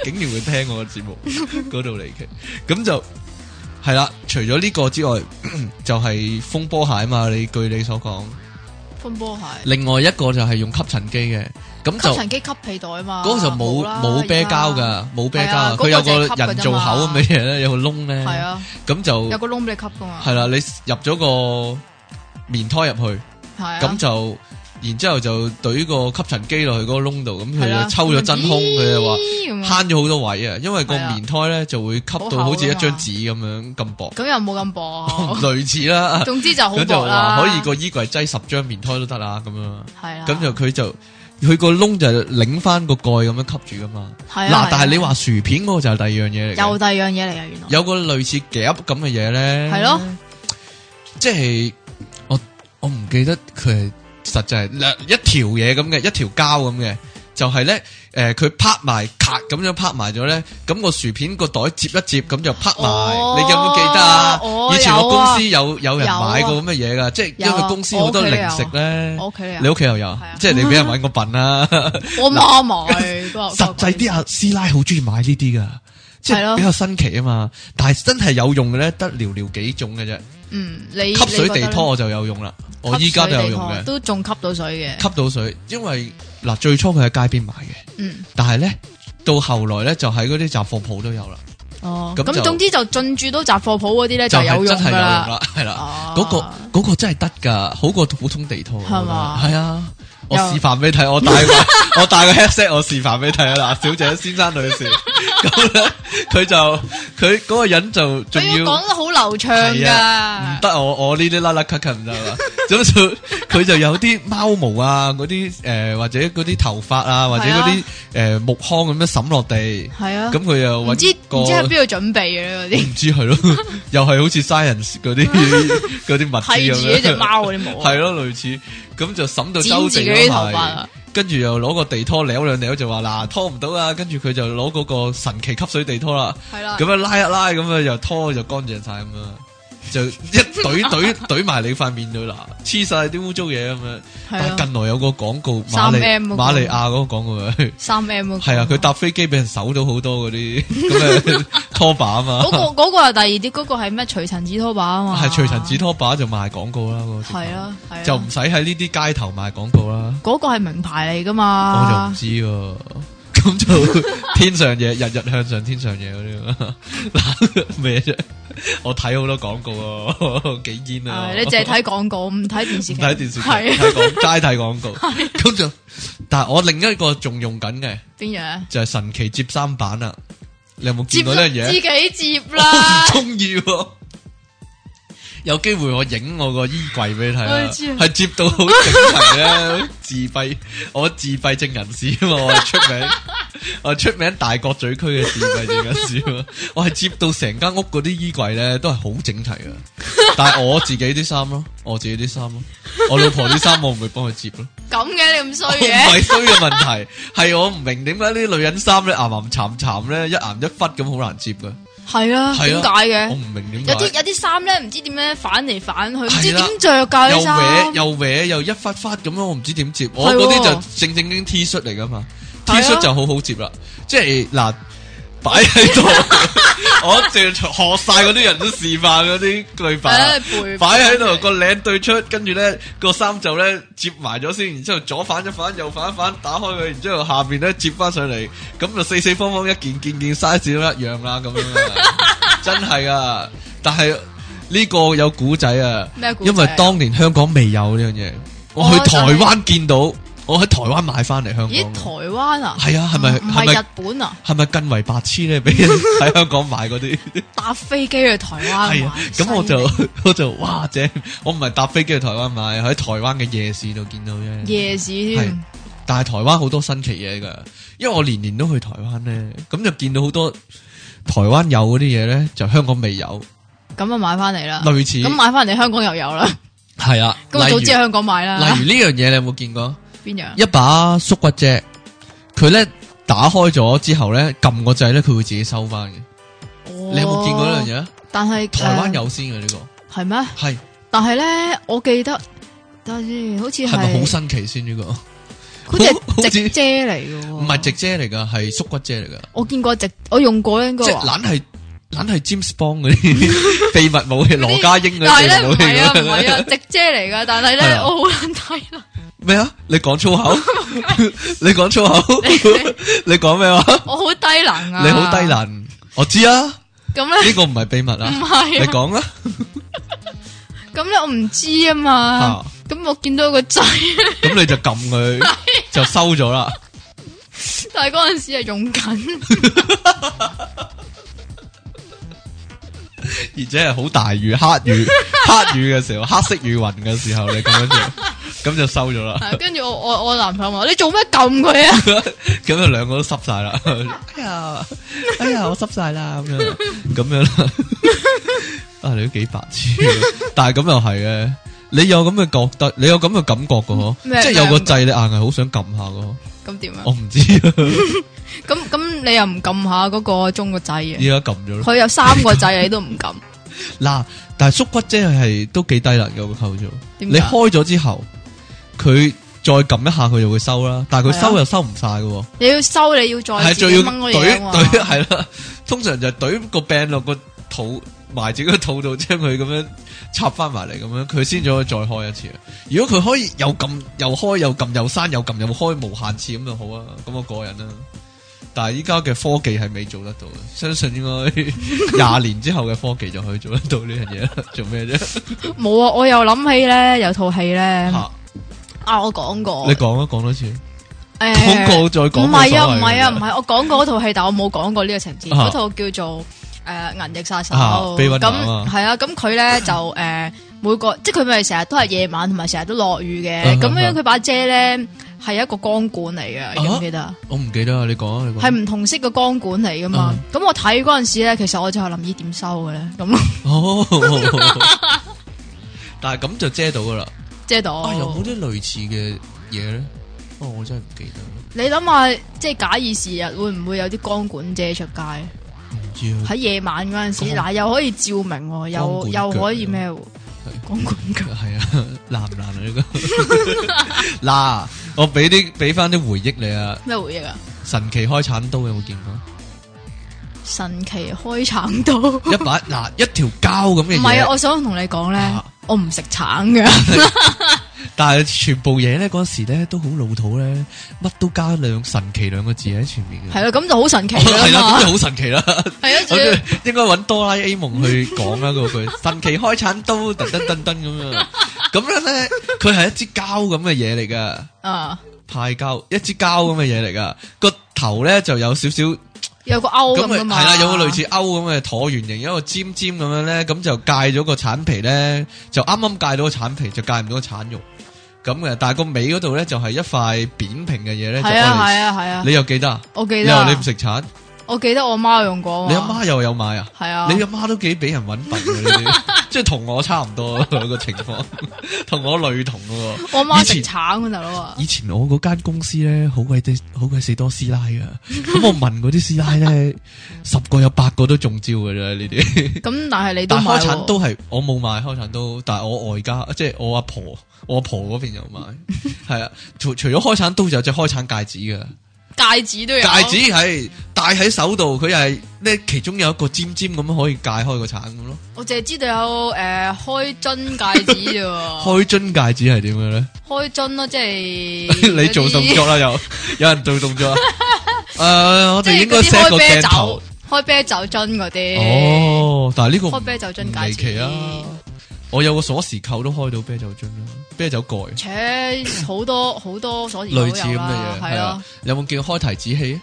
Speaker 1: 竟然會聽我嘅
Speaker 2: *laughs*
Speaker 1: 節目嗰度嚟嘅，咁就係啦。除咗呢個之外， *clears throat* 就係風波鞋啊嘛。你據你所講，
Speaker 2: 分波鞋，
Speaker 1: 另外一個就係用吸塵機嘅，咁
Speaker 2: 吸
Speaker 1: 就
Speaker 2: 塵機吸皮袋啊嘛，
Speaker 1: 嗰個就冇
Speaker 2: 啦
Speaker 1: 冇啤膠，噶，冇啤膠啊，
Speaker 2: 係啊嗰個
Speaker 1: 佢有
Speaker 2: 就係吸
Speaker 1: 個
Speaker 2: 㗎
Speaker 1: 人造口咁嘅嘢咧，有個窿
Speaker 2: 而
Speaker 1: 咧
Speaker 2: 家係，啊，
Speaker 1: 咁就
Speaker 2: 有個窿俾你吸噶嘛，
Speaker 1: 係啦。你入咗個棉胎入去。
Speaker 2: 係啊，
Speaker 1: 咁就然之後就懟個吸塵機落去嗰個窿度，咁
Speaker 2: 係
Speaker 1: 佢
Speaker 2: 啦
Speaker 1: 就抽咗真空，
Speaker 2: 咦
Speaker 1: 佢就話
Speaker 2: 咁啊
Speaker 1: 慳咗好多位啊，因為個
Speaker 2: 係啊
Speaker 1: 棉胎咧就會吸到好似一
Speaker 2: 好厚㗎啊
Speaker 1: 張
Speaker 2: 嘛
Speaker 1: 紙咁樣咁薄，
Speaker 2: 咁又冇咁薄，
Speaker 1: *laughs* 類似啦。
Speaker 2: 總之就好
Speaker 1: 咁就
Speaker 2: 薄
Speaker 1: 話
Speaker 2: 啦，
Speaker 1: 可以個衣櫃擠十張棉胎都得啦，咁樣，
Speaker 2: 係啊啦，
Speaker 1: 咁就佢就佢個窿就擰翻個蓋咁樣吸住噶嘛。
Speaker 2: 係啊
Speaker 1: 嗱，但係你話薯片嗰個就係第二樣嘢嚟嘅，
Speaker 2: 又第二樣嘢嚟啊，原來
Speaker 1: 有個類似夾咁嘅嘢咧，
Speaker 2: 係咯，
Speaker 1: 即係我我唔記得佢係實際係兩一條嘢咁嘅，一條膠咁嘅，就係咧誒佢拍埋卡咁樣拍埋咗咧，咁個薯片個袋接一接咁就拍埋，
Speaker 2: 哦
Speaker 1: 你有冇記得啊？
Speaker 2: 哦
Speaker 1: 以前我
Speaker 2: 有
Speaker 1: 公
Speaker 2: 啊
Speaker 1: 司有有人
Speaker 2: 有啊
Speaker 1: 買過咁嘅嘢噶，即係因
Speaker 2: 有
Speaker 1: 為
Speaker 2: 啊
Speaker 1: 公司好多
Speaker 2: 我屋企
Speaker 1: 零食咧。
Speaker 2: 我屋企
Speaker 1: 你
Speaker 2: 有，
Speaker 1: 屋企又有
Speaker 2: 啊，
Speaker 1: 即係你俾人揾個
Speaker 2: *laughs*
Speaker 1: 笨啦。
Speaker 2: 我媽買嗰個，
Speaker 1: 實際啲阿師奶好中意買呢啲噶，即
Speaker 2: 係
Speaker 1: 係
Speaker 2: 咯
Speaker 1: 比較新奇啊嘛。但係真係有用嘅咧，得寥寥幾種嘅啫。
Speaker 2: 嗯，你
Speaker 1: 吸水地拖，我就有用啦，我依家都有用嘅，
Speaker 2: 都仲吸到水嘅，
Speaker 1: 吸到水，因為嗱最初佢喺街邊買嘅，
Speaker 2: 嗯，
Speaker 1: 但係咧到後來咧就喺嗰啲雜貨鋪都有啦，
Speaker 2: 哦，
Speaker 1: 咁就
Speaker 2: 咁總之就進駐到雜貨鋪嗰啲咧
Speaker 1: 係
Speaker 2: 有
Speaker 1: 真係有
Speaker 2: 用噶
Speaker 1: 用
Speaker 2: 啦，
Speaker 1: 啦，係啦，
Speaker 2: 哦
Speaker 1: 嗰個嗰個真係得噶，好過普通地拖，
Speaker 2: 係嘛
Speaker 1: 我覺得係啊，我
Speaker 2: 又
Speaker 1: 示範俾你睇，我戴
Speaker 2: *laughs*
Speaker 1: 個我戴個 headset，我示範俾你睇啊，嗱，小姐、先生、女士，咁咧佢就佢嗰個人就仲
Speaker 2: 佢要
Speaker 1: 要。
Speaker 2: 哎講得好流暢
Speaker 1: 係啊，唔
Speaker 2: 噶，
Speaker 1: 得我我呢啲啦啦咳咳唔得
Speaker 2: *laughs*
Speaker 1: 啊，咁就佢就有啲貓毛啊，嗰啲誒或者嗰啲頭髮啊，或者嗰啲誒木糠咁樣抌落地，
Speaker 2: 係啊，
Speaker 1: 嗯咁佢又
Speaker 2: 唔知
Speaker 1: 搵個
Speaker 2: 唔知喺邊度準備嘅咧
Speaker 1: *laughs* 唔知係咯，
Speaker 2: *laughs*
Speaker 1: 又係好似 science 嗰啲嗰啲物
Speaker 2: 嗰啲，
Speaker 1: 資
Speaker 2: 剃住一
Speaker 1: 咁
Speaker 2: 隻
Speaker 1: 樣，
Speaker 2: 貓嗰啲毛啊，
Speaker 1: 啊係咯類似，咁就抌到周
Speaker 2: 剪自
Speaker 1: 地
Speaker 2: 己啲頭
Speaker 1: 都
Speaker 2: 髮
Speaker 1: 係
Speaker 2: 啊，
Speaker 1: 跟住又攞個地拖撩兩撩就話嗱拖唔到啊，跟住佢就攞嗰個神奇吸水地拖啦。
Speaker 2: 係啦
Speaker 1: 咁，樣拉一拉，咁樣又拖就乾淨晒咁樣，就一懟
Speaker 2: *laughs*
Speaker 1: 懟懟埋你塊面度啦，黐晒啲污糟嘢咁樣。但
Speaker 2: 係
Speaker 1: 係
Speaker 2: 啊，
Speaker 1: 近來有個廣告，馬
Speaker 2: 三
Speaker 1: 利
Speaker 2: M 嗰個
Speaker 1: 馬利亞嗰個廣告
Speaker 2: *laughs*
Speaker 1: 咪
Speaker 2: 三 M 嗰個
Speaker 1: 係啊，佢搭飛機俾人搜到好多嗰
Speaker 2: *laughs*
Speaker 1: 啲咁嘅拖把啊嘛
Speaker 2: 嗰，
Speaker 1: *laughs*
Speaker 2: 個嗰個係第二啲，嗰個係咩除塵紙拖把啊嘛，
Speaker 1: 係除塵紙拖把就賣廣告啦，嗰個直頭
Speaker 2: 係啊，係啊，
Speaker 1: 就唔使喺呢啲街頭賣廣告啦。
Speaker 2: 嗰個係名牌嚟噶
Speaker 1: 我就唔
Speaker 2: 嘛，
Speaker 1: 知喎。咁就天上嘢，日日向上天上嘢嗰啲啊嗱 *laughs* 咩啫？我睇好多廣告啊， *laughs* 幾煙啊！
Speaker 2: 係你淨係睇廣告，唔睇電視
Speaker 1: 唔
Speaker 2: 劇，
Speaker 1: 睇電視劇，
Speaker 2: 係啊
Speaker 1: 睇廣齋睇廣
Speaker 2: *laughs*
Speaker 1: 告。咁就，但係我另一個仲用緊嘅
Speaker 2: 邊樣啊？
Speaker 1: 就係神奇接三板啦。你有冇
Speaker 2: 接
Speaker 1: 見過呢樣嘢？
Speaker 2: 自己接
Speaker 1: 我
Speaker 2: 啦
Speaker 1: *laughs* 唔，中意喎。有機會我影我個衣櫃俾你睇
Speaker 2: 我
Speaker 1: 啦，
Speaker 2: 知啊
Speaker 1: 係接到好整齊咧，自閉，我自閉症人士啊嘛，我係出名，我係出名大角咀區嘅自閉症人士啊嘛，我係接到成間屋嗰啲衣櫃咧都係好整齊嘅，但係我自己啲衫咯，我自己啲衫咯，我老婆啲衫我唔會幫佢接咯。
Speaker 2: 咁嘅你咁衰
Speaker 1: 我唔
Speaker 2: 嘅，
Speaker 1: 係衰嘅問題，係我唔明點解啲女人衫咧岩岩巉巉咧一岩一忽咁好難接嘅，
Speaker 2: 係啊，
Speaker 1: 係啊
Speaker 2: 點解
Speaker 1: 我
Speaker 2: 嘅？
Speaker 1: 唔明點解
Speaker 2: 有。啲有啲衫咧，唔知點樣反嚟反去，唔知
Speaker 1: 係啦
Speaker 2: 點着噶
Speaker 1: 又
Speaker 2: 啲
Speaker 1: 歪
Speaker 2: 衫，
Speaker 1: 又歪又一忽忽咁樣，我唔知點接。我
Speaker 2: 係喎
Speaker 1: 嗰啲就正正經 T 恤嚟噶嘛，T
Speaker 2: 係啊
Speaker 1: 恤就好好接啦。即係嗱，擺
Speaker 2: *laughs*
Speaker 1: 喺度，我淨係學晒嗰啲人都示範嗰啲句法啦
Speaker 2: 係啊背
Speaker 1: 擺喺度個領對出，跟住咧個衫袖咧接埋咗先，然之後左反一反，右反一反，打開佢，然之後下邊咧接翻上嚟，咁就四四方方一件件件 size 都一樣啦，咁樣啊，真係啊！但係呢個有古仔啊。
Speaker 2: 咩故仔啊？
Speaker 1: 因為當年香港未有呢樣嘢，我去台灣見到，我喺台灣買翻嚟香
Speaker 2: 咦
Speaker 1: 港
Speaker 2: 台
Speaker 1: 嘅。
Speaker 2: 灣啊，
Speaker 1: 係啊，係咪
Speaker 2: 唔
Speaker 1: 係
Speaker 2: 係
Speaker 1: 咪
Speaker 2: 日本啊？
Speaker 1: 係咪更為白痴咧？俾人喺香港買嗰
Speaker 2: *laughs*
Speaker 1: 啲
Speaker 2: 搭飛機去台灣
Speaker 1: 係啊
Speaker 2: 玩，
Speaker 1: 咁我就 *laughs*
Speaker 2: 犀
Speaker 1: 我就哇正！我唔係搭飛機去台灣買，喺台灣嘅夜市度見到
Speaker 2: 利
Speaker 1: 啫。
Speaker 2: 夜市
Speaker 1: 係
Speaker 2: 添，，
Speaker 1: 但係台灣好多新奇嘢噶，因為我年年都去台灣咧，咁就見到好多台灣有嗰啲嘢咧，就香港未有，
Speaker 2: 咁啊買翻嚟啦，
Speaker 1: 類似
Speaker 2: 咁買翻嚟香港又有啦，
Speaker 1: 係啊。
Speaker 2: 啊咁我
Speaker 1: 例
Speaker 2: 早
Speaker 1: 如
Speaker 2: 知喺香港買啦，
Speaker 1: 例如呢樣嘢，你有冇見過？
Speaker 2: 邊樣？
Speaker 1: 一把縮骨啫，佢咧打開咗之後咧，撳個掣咧，佢會自己收翻嘅。
Speaker 2: 哦
Speaker 1: 你有冇見過呢樣嘢啊？
Speaker 2: 但係
Speaker 1: 台灣有先嘅呢個，
Speaker 2: 系咩？
Speaker 1: 係
Speaker 2: 但係咧，我記得，但係好似
Speaker 1: 係咪好
Speaker 2: 係
Speaker 1: 新奇先呢個？
Speaker 2: 好似
Speaker 1: 好好
Speaker 2: 係
Speaker 1: 似
Speaker 2: 直遮嚟嘅喎，
Speaker 1: 唔係直姐嚟噶，係縮骨姐嚟噶。
Speaker 2: 我見過直，我用過咧，應該
Speaker 1: 即係
Speaker 2: 話。
Speaker 1: 懶係懶係 James Bond 嗰啲 *laughs* 秘密武器，羅家英嗰啲
Speaker 2: 但係
Speaker 1: 秘
Speaker 2: 咧
Speaker 1: 密
Speaker 2: 唔
Speaker 1: 武器
Speaker 2: 係啊，
Speaker 1: 咁
Speaker 2: 唔係
Speaker 1: 樣。
Speaker 2: 啊，直遮嚟噶，但係
Speaker 1: 係
Speaker 2: 咧
Speaker 1: 啊
Speaker 2: 我好難睇啦。
Speaker 1: 咩啊？你講
Speaker 2: *laughs*
Speaker 1: 粗口？你講粗口？你講咩話？
Speaker 2: 我好低能啊！
Speaker 1: 你好低。能，我知啊，
Speaker 2: *laughs*
Speaker 1: 呢
Speaker 2: 咁咧
Speaker 1: 個唔係秘密啊
Speaker 2: 唔。係
Speaker 1: 你
Speaker 2: 啊，
Speaker 1: 講啦，
Speaker 2: 咁咧我唔知啊嘛
Speaker 1: 啊。
Speaker 2: 咁我見到個掣，
Speaker 1: 咁你就撳 *laughs* 佢，就收咗啦。
Speaker 2: 但係嗰陣時係用緊，
Speaker 1: 而且係好大雨、黑 *laughs* 雨、黑雨嘅時候，黑色雨雲嘅時候，你咁 *laughs* 樣做，咁就收咗啦。 *laughs*
Speaker 2: 係啊跟住我我我男朋友話：你做咩撳佢啊？
Speaker 1: 哦咁就兩個都濕晒啦。哎呀，哎呀，我濕晒啦，咁樣，咁樣啦。 *laughs* 啊，你都幾白痴，但係咁又係嘅。你有咁嘅覺得，你有咁嘅感覺噶嗬，
Speaker 2: 咩
Speaker 1: 即係有個
Speaker 2: 咩
Speaker 1: 掣，你硬係好想撳下噶。
Speaker 2: 咁點啊
Speaker 1: 我？ *laughs* 唔知啊，
Speaker 2: 咁咁你又唔撳下嗰個鐘個掣嘅？
Speaker 1: 依家撳咗啦。
Speaker 2: 佢有三個掣，你都唔撳。
Speaker 1: 嗱，但係縮骨姐係都幾低能嘅個構造。
Speaker 2: 點
Speaker 1: 你
Speaker 2: 解啊
Speaker 1: 開咗之後，佢再撳一下佢就會收啦，但係佢
Speaker 2: 係啊
Speaker 1: 收又收唔晒嘅喎。
Speaker 2: 你要收，你要
Speaker 1: 系
Speaker 2: 再自
Speaker 1: 仲
Speaker 2: 己
Speaker 1: 要
Speaker 2: 掹個
Speaker 1: 懟
Speaker 2: 嘢啊
Speaker 1: 懟
Speaker 2: 嘛。
Speaker 1: 系啦，通常就懟個病落個肚埋自己個肚度，將佢咁樣插翻埋嚟，咁樣佢先至可以再開一次。啊如果佢可以又撳又開又撳又刪又撳又開無限次咁就好啊，咁我個人啦。但係依家嘅科技係未做得到嘅，啊相信應
Speaker 2: *laughs*
Speaker 1: 該廿年之後嘅科技就可以做得到呢樣嘢啦。做咩啫？
Speaker 2: 冇啊！我又諗起咧，有套戲咧，
Speaker 1: 嚇
Speaker 2: 啊我講過
Speaker 1: 你，講啊，講多次，
Speaker 2: 誒
Speaker 1: 講過再講。
Speaker 2: 唔係啊，唔係
Speaker 1: 係
Speaker 2: 啊，唔係，我講過嗰套戲，但我冇講過呢個情節。
Speaker 1: 啊
Speaker 2: 嗰套叫做誒《銀翼殺手》
Speaker 1: 啊秘
Speaker 2: 咁
Speaker 1: 溫男啊
Speaker 2: 係啊，咁佢咧
Speaker 1: *laughs*
Speaker 2: 就誒每個即係佢咪成日都係夜晚，同埋成日都落雨嘅
Speaker 1: 啊啊。
Speaker 2: 咁樣
Speaker 1: 啊
Speaker 2: 佢把遮咧係一個光管嚟嘅，記唔記得啊？
Speaker 1: 我唔記得啊，你啊講啊，你講啊。
Speaker 2: 係唔同色嘅光管嚟噶嘛？咁我睇嗰陣時咧，其實我就係諗咦點收嘅咧，咁
Speaker 1: 哦， *laughs* 但係咁就遮到噶啦。
Speaker 2: 遮到。
Speaker 1: 啊，有冇啲類似嘅嘢咧？哦，我真係唔記得
Speaker 2: 你諗下，即係假以時日，會唔會有啲光管遮出街？
Speaker 1: 啦，唔知啊。
Speaker 2: 喺夜晚嗰陣時，
Speaker 1: 光
Speaker 2: 嗱又可以照明喎，又
Speaker 1: 光管腳
Speaker 2: 又可以咩喎？光管腳
Speaker 1: 係啊，難唔難啊？呢個 *laughs* 嗱，我俾啲俾翻啲回憶你啊。
Speaker 2: 咩回憶啊？
Speaker 1: 神奇開產刀有冇見
Speaker 2: *laughs*
Speaker 1: 過？
Speaker 2: 神奇開橙刀，唔
Speaker 1: 一把嗱一條膠咁嘅
Speaker 2: 係啊！
Speaker 1: 嘢，
Speaker 2: 我想同你講咧
Speaker 1: 啊，
Speaker 2: 我唔食
Speaker 1: *laughs*
Speaker 2: 橙嘅，
Speaker 1: 但係全部嘢咧嗰時咧都好老土咧，乜都加兩神奇兩個字喺前面嘅。 *laughs* 哦
Speaker 2: 係咯，咁就好神奇
Speaker 1: 係啦，
Speaker 2: 啦
Speaker 1: 咁
Speaker 2: 嘛
Speaker 1: 就，好神奇啦。
Speaker 2: *laughs*
Speaker 1: *laughs*
Speaker 2: 係啊，仲要
Speaker 1: 應該揾哆啦 A 夢去講啦嗰
Speaker 2: *laughs*
Speaker 1: 句神奇開產刀，噔噔噔噔咁樣。咁樣咧，佢係一支膠咁嘅嘢嚟噶，
Speaker 2: 啊
Speaker 1: 派膠一支膠咁嘅嘢嚟噶。個頭咧就有少少咁
Speaker 2: 有個勾咁
Speaker 1: 嘅，
Speaker 2: 噶
Speaker 1: 係
Speaker 2: 嘛，
Speaker 1: 啦，有個類似勾咁嘅橢圓形，有一個尖尖咁樣咧，咁就戒咗個橙皮咧，就啱啱戒到個橙皮，就戒唔到個橙肉咁嘅。但係個尾嗰度咧就係一塊扁平嘅嘢咧，就
Speaker 2: 係啊
Speaker 1: 愛嚟
Speaker 2: 係啊係啊
Speaker 1: 你，又記得啊？
Speaker 2: 我記
Speaker 1: 你
Speaker 2: 得
Speaker 1: 話
Speaker 2: 啊
Speaker 1: 你唔食橙，
Speaker 2: 我記得我媽用過啊嘛，
Speaker 1: 你阿媽又有買啊？
Speaker 2: 係啊，
Speaker 1: 你阿媽都幾俾人揾笨嘅呢啲，
Speaker 2: *laughs*
Speaker 1: 即係同我差唔多個情況， *laughs* 同我類同嘅喎。
Speaker 2: 我媽食
Speaker 1: 以前
Speaker 2: 橙啊嗰陣咯
Speaker 1: 以前我嗰間公司咧，好鬼啲，好鬼死多師奶噶。咁我問嗰啲師奶
Speaker 2: *laughs*
Speaker 1: 咧，十個有八個都中招嘅啫呢啲。
Speaker 2: 喎，咁但係你都
Speaker 1: 但
Speaker 2: 買
Speaker 1: 開
Speaker 2: 喎
Speaker 1: 產都係我冇買開產都，但係我外家即係我阿婆，我阿婆嗰邊有
Speaker 2: *laughs*
Speaker 1: 買。係啊，除除咗開產刀就有隻開產戒指嘅。
Speaker 2: 戒指都有
Speaker 1: 戒指係戴喺手度，佢係咧其中有一個尖尖咁樣可以戒開個橙咁咯。
Speaker 2: 我淨係知道有誒、呃、開樽戒指啫喎，
Speaker 1: *laughs* 開樽戒指係點嘅咧？
Speaker 2: 開樽咯，即
Speaker 1: *laughs*
Speaker 2: 係
Speaker 1: 你做動作啦，又有人做動作
Speaker 2: *laughs*
Speaker 1: 啊。诶，我
Speaker 2: 嗰啲，即
Speaker 1: 哋
Speaker 2: 係
Speaker 1: 應該
Speaker 2: 嗰啲
Speaker 1: set 個
Speaker 2: 開啤
Speaker 1: 鏡頭
Speaker 2: 酒。、開啤酒樽嗰啲。
Speaker 1: 哦，但係呢個
Speaker 2: 開啤酒樽戒
Speaker 1: 唔離
Speaker 2: 指
Speaker 1: 奇啊！我有個鎖匙扣都開到啤酒樽啦，啤酒蓋
Speaker 2: 且好多好多所有
Speaker 1: 類似咁嘅嘢
Speaker 2: 係
Speaker 1: 係
Speaker 2: 啊
Speaker 1: 啊，。有冇見過開提子器？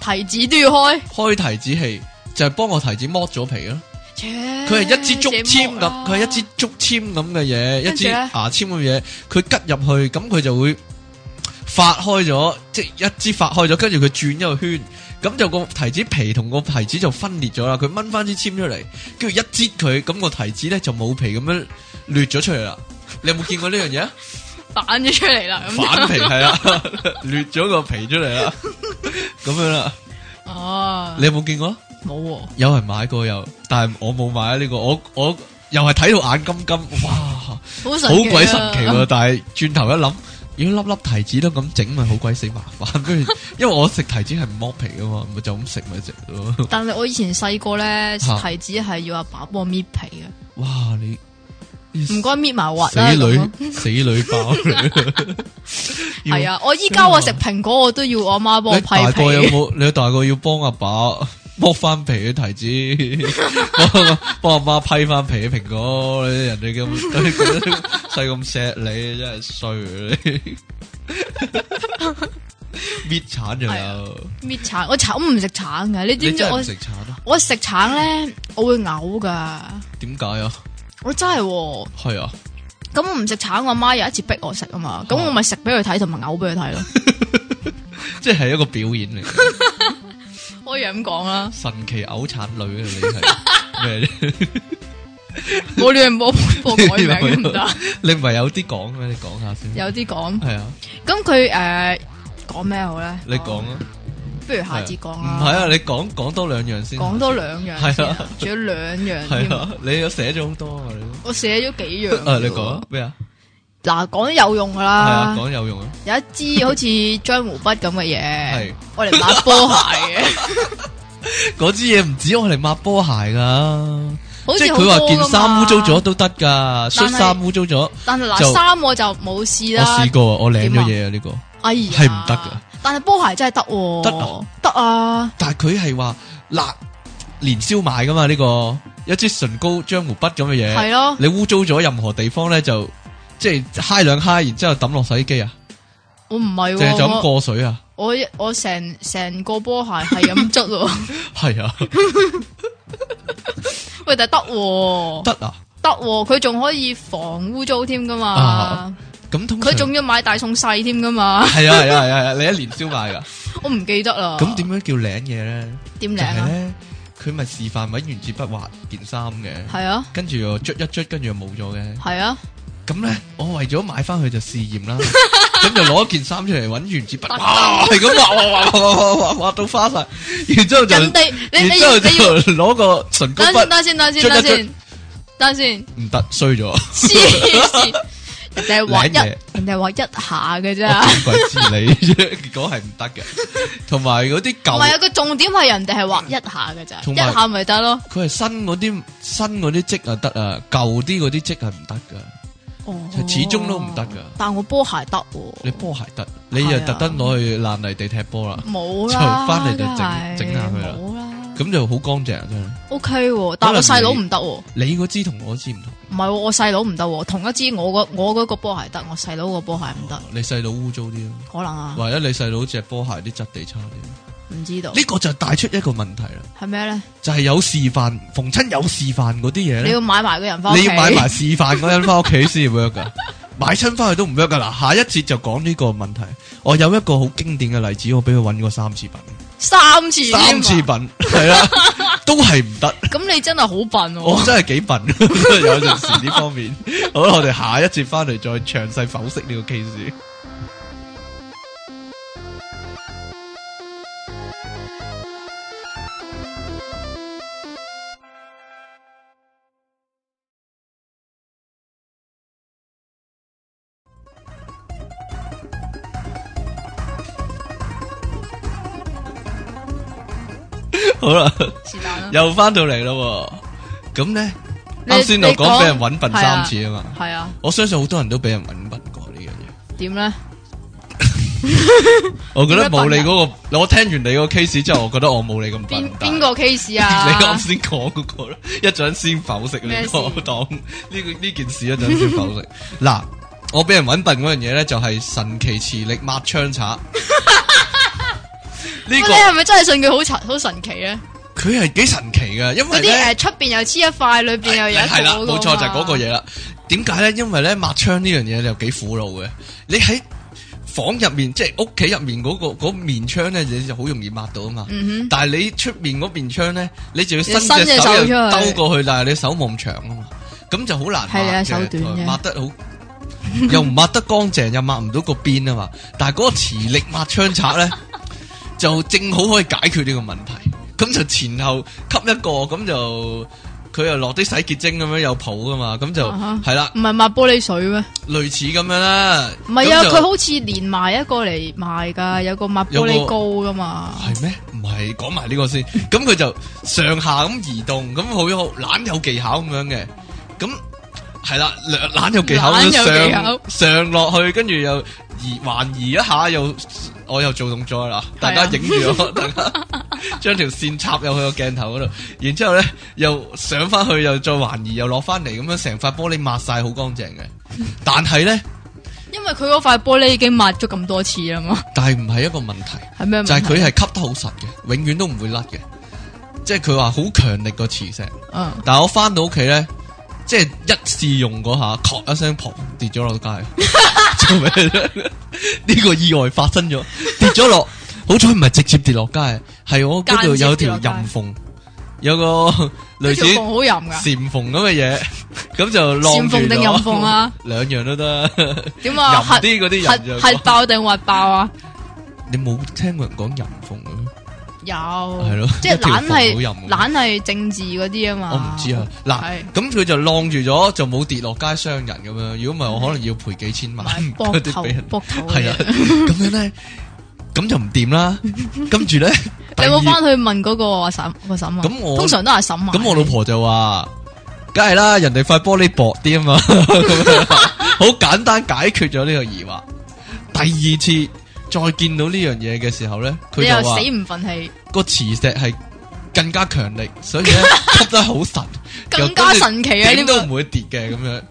Speaker 2: 開提子都要開，
Speaker 1: 開提子器就係幫個提子剝咗皮咯。
Speaker 2: 切
Speaker 1: *laughs* 佢係一支竹籤
Speaker 2: 正木
Speaker 1: 咁，
Speaker 2: 啊
Speaker 1: 佢係一支竹籤咁嘅嘢，一
Speaker 2: 跟
Speaker 1: 支
Speaker 2: 住咧
Speaker 1: 牙籤咁嘅嘢，佢吉入去，咁佢就會發開咗，即係一支發開咗，跟住佢轉一個圈，咁就個提子皮同個提子就分裂咗啦。佢掹翻支籤出嚟，跟住一擠佢，咁個提子咧就冇皮咁樣掠咗出嚟啦。你有冇見過呢樣嘢啊？
Speaker 2: 反咗出嚟啦。咁
Speaker 1: 反皮係啊啦，啊掠咗個皮出嚟啦，咁樣啦。
Speaker 2: 哦
Speaker 1: 你，有冇見過啊？
Speaker 2: 冇喎，
Speaker 1: 有人買過又，但係我冇買啊呢個，我我又係睇到眼金金，哇，好
Speaker 2: 好神奇啊
Speaker 1: 鬼神奇喎！但係轉頭一諗，如果粒粒提子都咁整，咪好鬼死麻煩。跟
Speaker 2: *laughs*
Speaker 1: 住，因為我食提子係唔剝皮噶嘛，咪就咁食咪食咯。 *laughs*
Speaker 2: 但係我以前細個咧，
Speaker 1: 嚇
Speaker 2: 提子係要阿爸幫我搣皮嘅，
Speaker 1: 哇，你
Speaker 2: 唔該搣埋核
Speaker 1: 死
Speaker 2: 啦。咁咯
Speaker 1: 女死女
Speaker 2: *laughs*
Speaker 1: 包 *laughs* 嚟，要嗯
Speaker 2: 係啊，我依家我食蘋果我都要我媽幫我
Speaker 1: 你大個有
Speaker 2: 批皮。
Speaker 1: 冇？ *laughs* 你大個要幫阿爸 *laughs* 剝翻皮嘅提子， *laughs* 幫幫阿媽批翻皮嘅蘋果。你人哋咁 *laughs* 細咁錫你，真係衰啊 *laughs* 你！搣橙又
Speaker 2: 係啊
Speaker 1: 有，
Speaker 2: 搣橙，我橙我唔食橙嘅，你知
Speaker 1: 你
Speaker 2: 唔知
Speaker 1: 真係
Speaker 2: 我
Speaker 1: 唔食橙啊？
Speaker 2: 我食橙咧，我會嘔噶，
Speaker 1: 點解啊？
Speaker 2: 我真係喎。
Speaker 1: 係啊，
Speaker 2: 咁我唔食橙，我媽有一次逼我食啊嘛，咁
Speaker 1: 嚇
Speaker 2: 我咪食俾佢睇，同埋嘔俾佢睇咯。
Speaker 1: 哦即係一個表演嚟嘅，
Speaker 2: 可以咁講啦，
Speaker 1: 神奇嘔橙女啊！你係
Speaker 2: *laughs*
Speaker 1: 咩啫？
Speaker 2: 我哋冇
Speaker 1: *laughs*
Speaker 2: 幫我改名得唔得？
Speaker 1: 你唔係有啲講咩？你講下先。
Speaker 2: 有啲講，
Speaker 1: 係啊，
Speaker 2: 咁佢誒講咩好咧？
Speaker 1: 你講啊。
Speaker 2: 不如哦下次講
Speaker 1: 唔
Speaker 2: 啦。
Speaker 1: 係啊，你講講多兩樣先。
Speaker 2: 講多兩樣先啊
Speaker 1: 係啊，
Speaker 2: 仲有兩樣
Speaker 1: 系
Speaker 2: 添啊。
Speaker 1: 啊，你有寫咗好多啊，你
Speaker 2: 我寫咗幾樣。
Speaker 1: 都 *laughs* 啊，你講啊咩啊？
Speaker 2: 嗱，講啲有用噶
Speaker 1: 係
Speaker 2: 啦
Speaker 1: 啊，，講有用啊，
Speaker 2: 有
Speaker 1: *laughs*
Speaker 2: 一支好似漿糊筆咁嘅嘢
Speaker 1: 係，
Speaker 2: 我嚟抹波鞋
Speaker 1: *laughs*
Speaker 2: 嘅，
Speaker 1: 嗰支嘢唔止我嚟抹波鞋噶，
Speaker 2: 好
Speaker 1: 即
Speaker 2: 似
Speaker 1: 係
Speaker 2: 好
Speaker 1: 佢話
Speaker 2: 多
Speaker 1: 件
Speaker 2: 㗎
Speaker 1: 衫
Speaker 2: 嘛
Speaker 1: 污糟咗，都得噶，恤
Speaker 2: 但係
Speaker 1: 衫污糟咗，我
Speaker 2: 但係嗱
Speaker 1: 就
Speaker 2: 衫我就冇試啦
Speaker 1: 試，過啊，我領咗
Speaker 2: 點
Speaker 1: 嘢啊呢個，
Speaker 2: 哎呀，
Speaker 1: 係唔得㗎。
Speaker 2: 但係波鞋真係得喎，
Speaker 1: 得啊
Speaker 2: 得啊，
Speaker 1: 但係佢係話嗱，年宵買噶嘛呢個，一支唇膏、漿糊筆咁嘅嘢，
Speaker 2: 係啊咯，
Speaker 1: 你污糟咗任何地方咧就即係揩兩揩，然之後抌落洗衣機啊，
Speaker 2: 我唔係
Speaker 1: 淨係就咁
Speaker 2: 喎，
Speaker 1: 過水啊。
Speaker 2: 我我我成成個波鞋係咁捽喎，
Speaker 1: *laughs* 係啊，
Speaker 2: 喂，但係得喎，
Speaker 1: 得啊，
Speaker 2: 得喎，佢仲可以防污糟添噶嘛
Speaker 1: 啊，咁通常
Speaker 2: 佢仲要買大送細添
Speaker 1: *laughs*
Speaker 2: 噶嘛，
Speaker 1: 係啊係啊係啊係啊，你一年宵買噶。
Speaker 2: 我唔記得啦。
Speaker 1: 咁點樣叫領嘢咧？
Speaker 2: 點
Speaker 1: 就
Speaker 2: 領
Speaker 1: 係
Speaker 2: 啊？
Speaker 1: 咧，佢咪示範揾原子筆畫件衫嘅，
Speaker 2: 係啊，
Speaker 1: 跟住又捽一捽，跟住又冇咗嘅。
Speaker 2: 係啊，
Speaker 1: 咁咧，我為咗買翻去就試驗啦，咁就攞件衫出嚟揾原子筆，哇，係咁畫畫畫畫畫畫畫到花晒，然之後就，
Speaker 2: 人哋你
Speaker 1: 然
Speaker 2: 你
Speaker 1: 之後
Speaker 2: 要你要。
Speaker 1: 就攞個唇膏
Speaker 2: 等先，
Speaker 1: 筆，
Speaker 2: 等先，等先，
Speaker 1: 出
Speaker 2: 等
Speaker 1: 得
Speaker 2: 先，等先，
Speaker 1: *laughs* 唔得，衰咗，我
Speaker 2: 黐線！人哋係畫一，
Speaker 1: 舐嘢
Speaker 2: 人哋係畫一下嘅啫。
Speaker 1: 點鬼知 *laughs* 你啫？結果係唔得嘅，同埋嗰啲
Speaker 2: 唔係啊，
Speaker 1: 舊，
Speaker 2: 個重點係人哋係畫一下嘅咋，
Speaker 1: 同
Speaker 2: 一
Speaker 1: 埋
Speaker 2: 下咪得咯。
Speaker 1: 佢係新嗰啲新嗰啲積啊得啊，舊啲嗰啲積係唔得噶。
Speaker 2: 哦
Speaker 1: 始終都唔得㗎
Speaker 2: 但我波鞋得喎，
Speaker 1: 你波鞋得，你又
Speaker 2: 啊
Speaker 1: 特登攞去爛泥地踢波啦，
Speaker 2: 冇啦，
Speaker 1: 就返嚟就整
Speaker 2: 梗係
Speaker 1: 整下佢啦
Speaker 2: 冇啦。
Speaker 1: 咁就好乾淨啊真係。
Speaker 2: OK 喎，但
Speaker 1: 可
Speaker 2: 我
Speaker 1: 能
Speaker 2: 細佬
Speaker 1: 你
Speaker 2: 唔得喎，
Speaker 1: 你嗰支同我嗰支唔同，
Speaker 2: 唔係喎，我細佬唔得喎，同一支我個我嗰個波鞋得，我細佬個波鞋唔得，
Speaker 1: 你細佬污糟啲咯，
Speaker 2: 可能啊，
Speaker 1: 或者你細佬隻波鞋啲質地差啲。
Speaker 2: 唔知道
Speaker 1: 呢個就帶出一個問題啦，
Speaker 2: 係咩咧？
Speaker 1: 就係有示範，逢親有示範嗰啲嘢
Speaker 2: 你
Speaker 1: 咧，
Speaker 2: 要買埋個人翻屋企，
Speaker 1: 你要買埋示範嗰人翻屋企先 work 噶， *laughs* 買親翻去都唔 work 噶。嗱，下一節就講呢個問題。我有一個好經典嘅例子，我俾佢揾過三次品，
Speaker 2: 三次添啊，
Speaker 1: 三次品係啦，都係唔得。
Speaker 2: 咁你真係好笨
Speaker 1: 我
Speaker 2: 喎。
Speaker 1: 真係幾笨， *laughs* 有陣時呢方面。好啦，我哋下一節翻嚟再詳細剖析呢個 case。好啦，
Speaker 2: 是但啦。
Speaker 1: 又翻到嚟咯喎。咁咧，
Speaker 2: 你
Speaker 1: 啱先就
Speaker 2: 你講
Speaker 1: 講俾人揾笨三次啊嘛。
Speaker 2: 系啊，
Speaker 1: 我相信好多人都俾人揾笨過呢樣嘢。
Speaker 2: 點咧？
Speaker 1: 我覺得冇你嗰個，我聽完你個 case 之後，我覺得我冇你咁
Speaker 2: 啊邊啊
Speaker 1: 笨。
Speaker 2: 边个 case
Speaker 1: 但係 *laughs* 你
Speaker 2: 啊
Speaker 1: 啱？先講嗰個啦，一陣先剖析
Speaker 2: 咩
Speaker 1: 呢
Speaker 2: 事
Speaker 1: 個當呢個呢件事一陣先剖
Speaker 2: *laughs*
Speaker 1: 析。嗱，我俾人揾笨嗰樣嘢咧，就係神奇磁力抹槍刷。
Speaker 2: *laughs*
Speaker 1: 呢
Speaker 2: 喂你係咪真係信佢好神好神奇咧？
Speaker 1: 個佢係幾神奇噶，因
Speaker 2: 嗰
Speaker 1: 為
Speaker 2: 啲
Speaker 1: 咧
Speaker 2: 诶出边又黐一塊，裏边又有一
Speaker 1: 哎係啦，冇
Speaker 2: 錯
Speaker 1: 錯就係嗰個。嘢啦。點解咧？因為咧抹槍呢樣嘢就幾苦惱嘅。你喺房入面，即係屋企入面嗰、個嗰面窗咧，你就好容易抹到啊嘛。
Speaker 2: 嗯
Speaker 1: 但係你出面嗰邊窗咧，你就要伸
Speaker 2: 你伸隻
Speaker 1: 隻
Speaker 2: 手
Speaker 1: 手
Speaker 2: 出去
Speaker 1: 又兜過去，但係你手冇咁長啊嘛，咁就好難
Speaker 2: 係
Speaker 1: 抹
Speaker 2: 啊
Speaker 1: 嘅
Speaker 2: 手短啫
Speaker 1: 抹得好 *laughs* 又唔抹得乾淨，又抹唔到個邊啊嘛。但係嗰個磁力抹槍刷咧，就正好可以解決呢個問題。咁就前後吸一個，咁就佢又落啲洗潔精咁樣有泡噶嘛，咁就
Speaker 2: 啊哈
Speaker 1: 係啦，
Speaker 2: 唔係抹玻璃水咩？
Speaker 1: 類似咁樣啦。
Speaker 2: 唔係啊，
Speaker 1: 咁就
Speaker 2: 佢好似連埋一個嚟賣㗎，有個抹玻
Speaker 1: 有個
Speaker 2: 璃膏噶嘛。
Speaker 1: 係咩？唔係講埋呢個先，咁佢就上下咁移動，咁好好懶有技巧咁樣嘅，咁係啦，懶懶有技巧
Speaker 2: 懶有
Speaker 1: 咁上
Speaker 2: 技巧
Speaker 1: 上落去，跟住又移還移一下，又我又做動作啦，
Speaker 2: 啊
Speaker 1: 大家影住
Speaker 2: *laughs*
Speaker 1: 我，大家將條線插入去個鏡頭嗰度，然之後咧又上翻去，又再還移，又落翻嚟，咁樣成塊玻璃抹晒好乾淨嘅，但係咧，
Speaker 2: 因為佢嗰塊玻璃已經抹咗咁多次啦嘛，
Speaker 1: 但係唔係一個問題。
Speaker 2: 係咩問題？
Speaker 1: 就係佢係吸得好實嘅，永遠都唔會甩嘅。即係佢話好強力個磁石，
Speaker 2: 嗯，
Speaker 1: 但係我翻到屋企咧，即係一試用嗰下，咔一聲砰跌咗落街， *laughs* 做咩啫？呢個意外發生咗，跌咗落，好彩唔係直接跌落街，係我嗰度有條
Speaker 2: 間接跌落
Speaker 1: 陰縫，
Speaker 2: *laughs*
Speaker 1: 有個類似
Speaker 2: 呢條縫好淫噶，
Speaker 1: 禪縫咁嘅嘢，咁就晾住
Speaker 2: 禪縫定
Speaker 1: 咗
Speaker 2: 陰縫啊？
Speaker 1: *laughs* 兩樣都得，
Speaker 2: 點啊？核
Speaker 1: 淫啲嗰啲人就
Speaker 2: 核核爆定核爆啊？
Speaker 1: 你冇聽過人講啊陰縫嘅咩？
Speaker 2: 有
Speaker 1: 係
Speaker 2: 係
Speaker 1: 咯
Speaker 2: 即係
Speaker 1: 一條
Speaker 2: 懶係
Speaker 1: 縫好淫
Speaker 2: 懶係政治嗰啲啊嘛。
Speaker 1: 我唔知啊，嗱
Speaker 2: 係，
Speaker 1: 咁佢就晾住咗，就冇跌落街傷人咁樣。如果唔係，我可能要賠幾千萬
Speaker 2: 買
Speaker 1: *laughs* 嗰
Speaker 2: 膊
Speaker 1: 啲
Speaker 2: 頭
Speaker 1: 俾人。
Speaker 2: 膊頭
Speaker 1: 係
Speaker 2: 嘅
Speaker 1: 啊，。咁樣咧，咁就唔掂
Speaker 2: *laughs*
Speaker 1: 啦。跟住咧，第二
Speaker 2: 你有冇翻去問嗰個阿嬸個嬸啊？
Speaker 1: 咁我
Speaker 2: 通常都係嬸啊。
Speaker 1: 咁我老婆就話：，梗係啦，人哋塊玻璃薄啲啊
Speaker 2: *laughs*
Speaker 1: 嘛，咁樣好簡單解決咗呢個疑惑。第二次再見到呢樣嘢嘅時候咧，佢
Speaker 2: 你又
Speaker 1: 就
Speaker 2: 死
Speaker 1: 話。
Speaker 2: 唔忿氣，
Speaker 1: 個磁石係更加強力，所以咧 *laughs* 吸得好實，
Speaker 2: 更加神奇啊
Speaker 1: 又跟住
Speaker 2: 呢個
Speaker 1: 點都唔會跌嘅咁樣。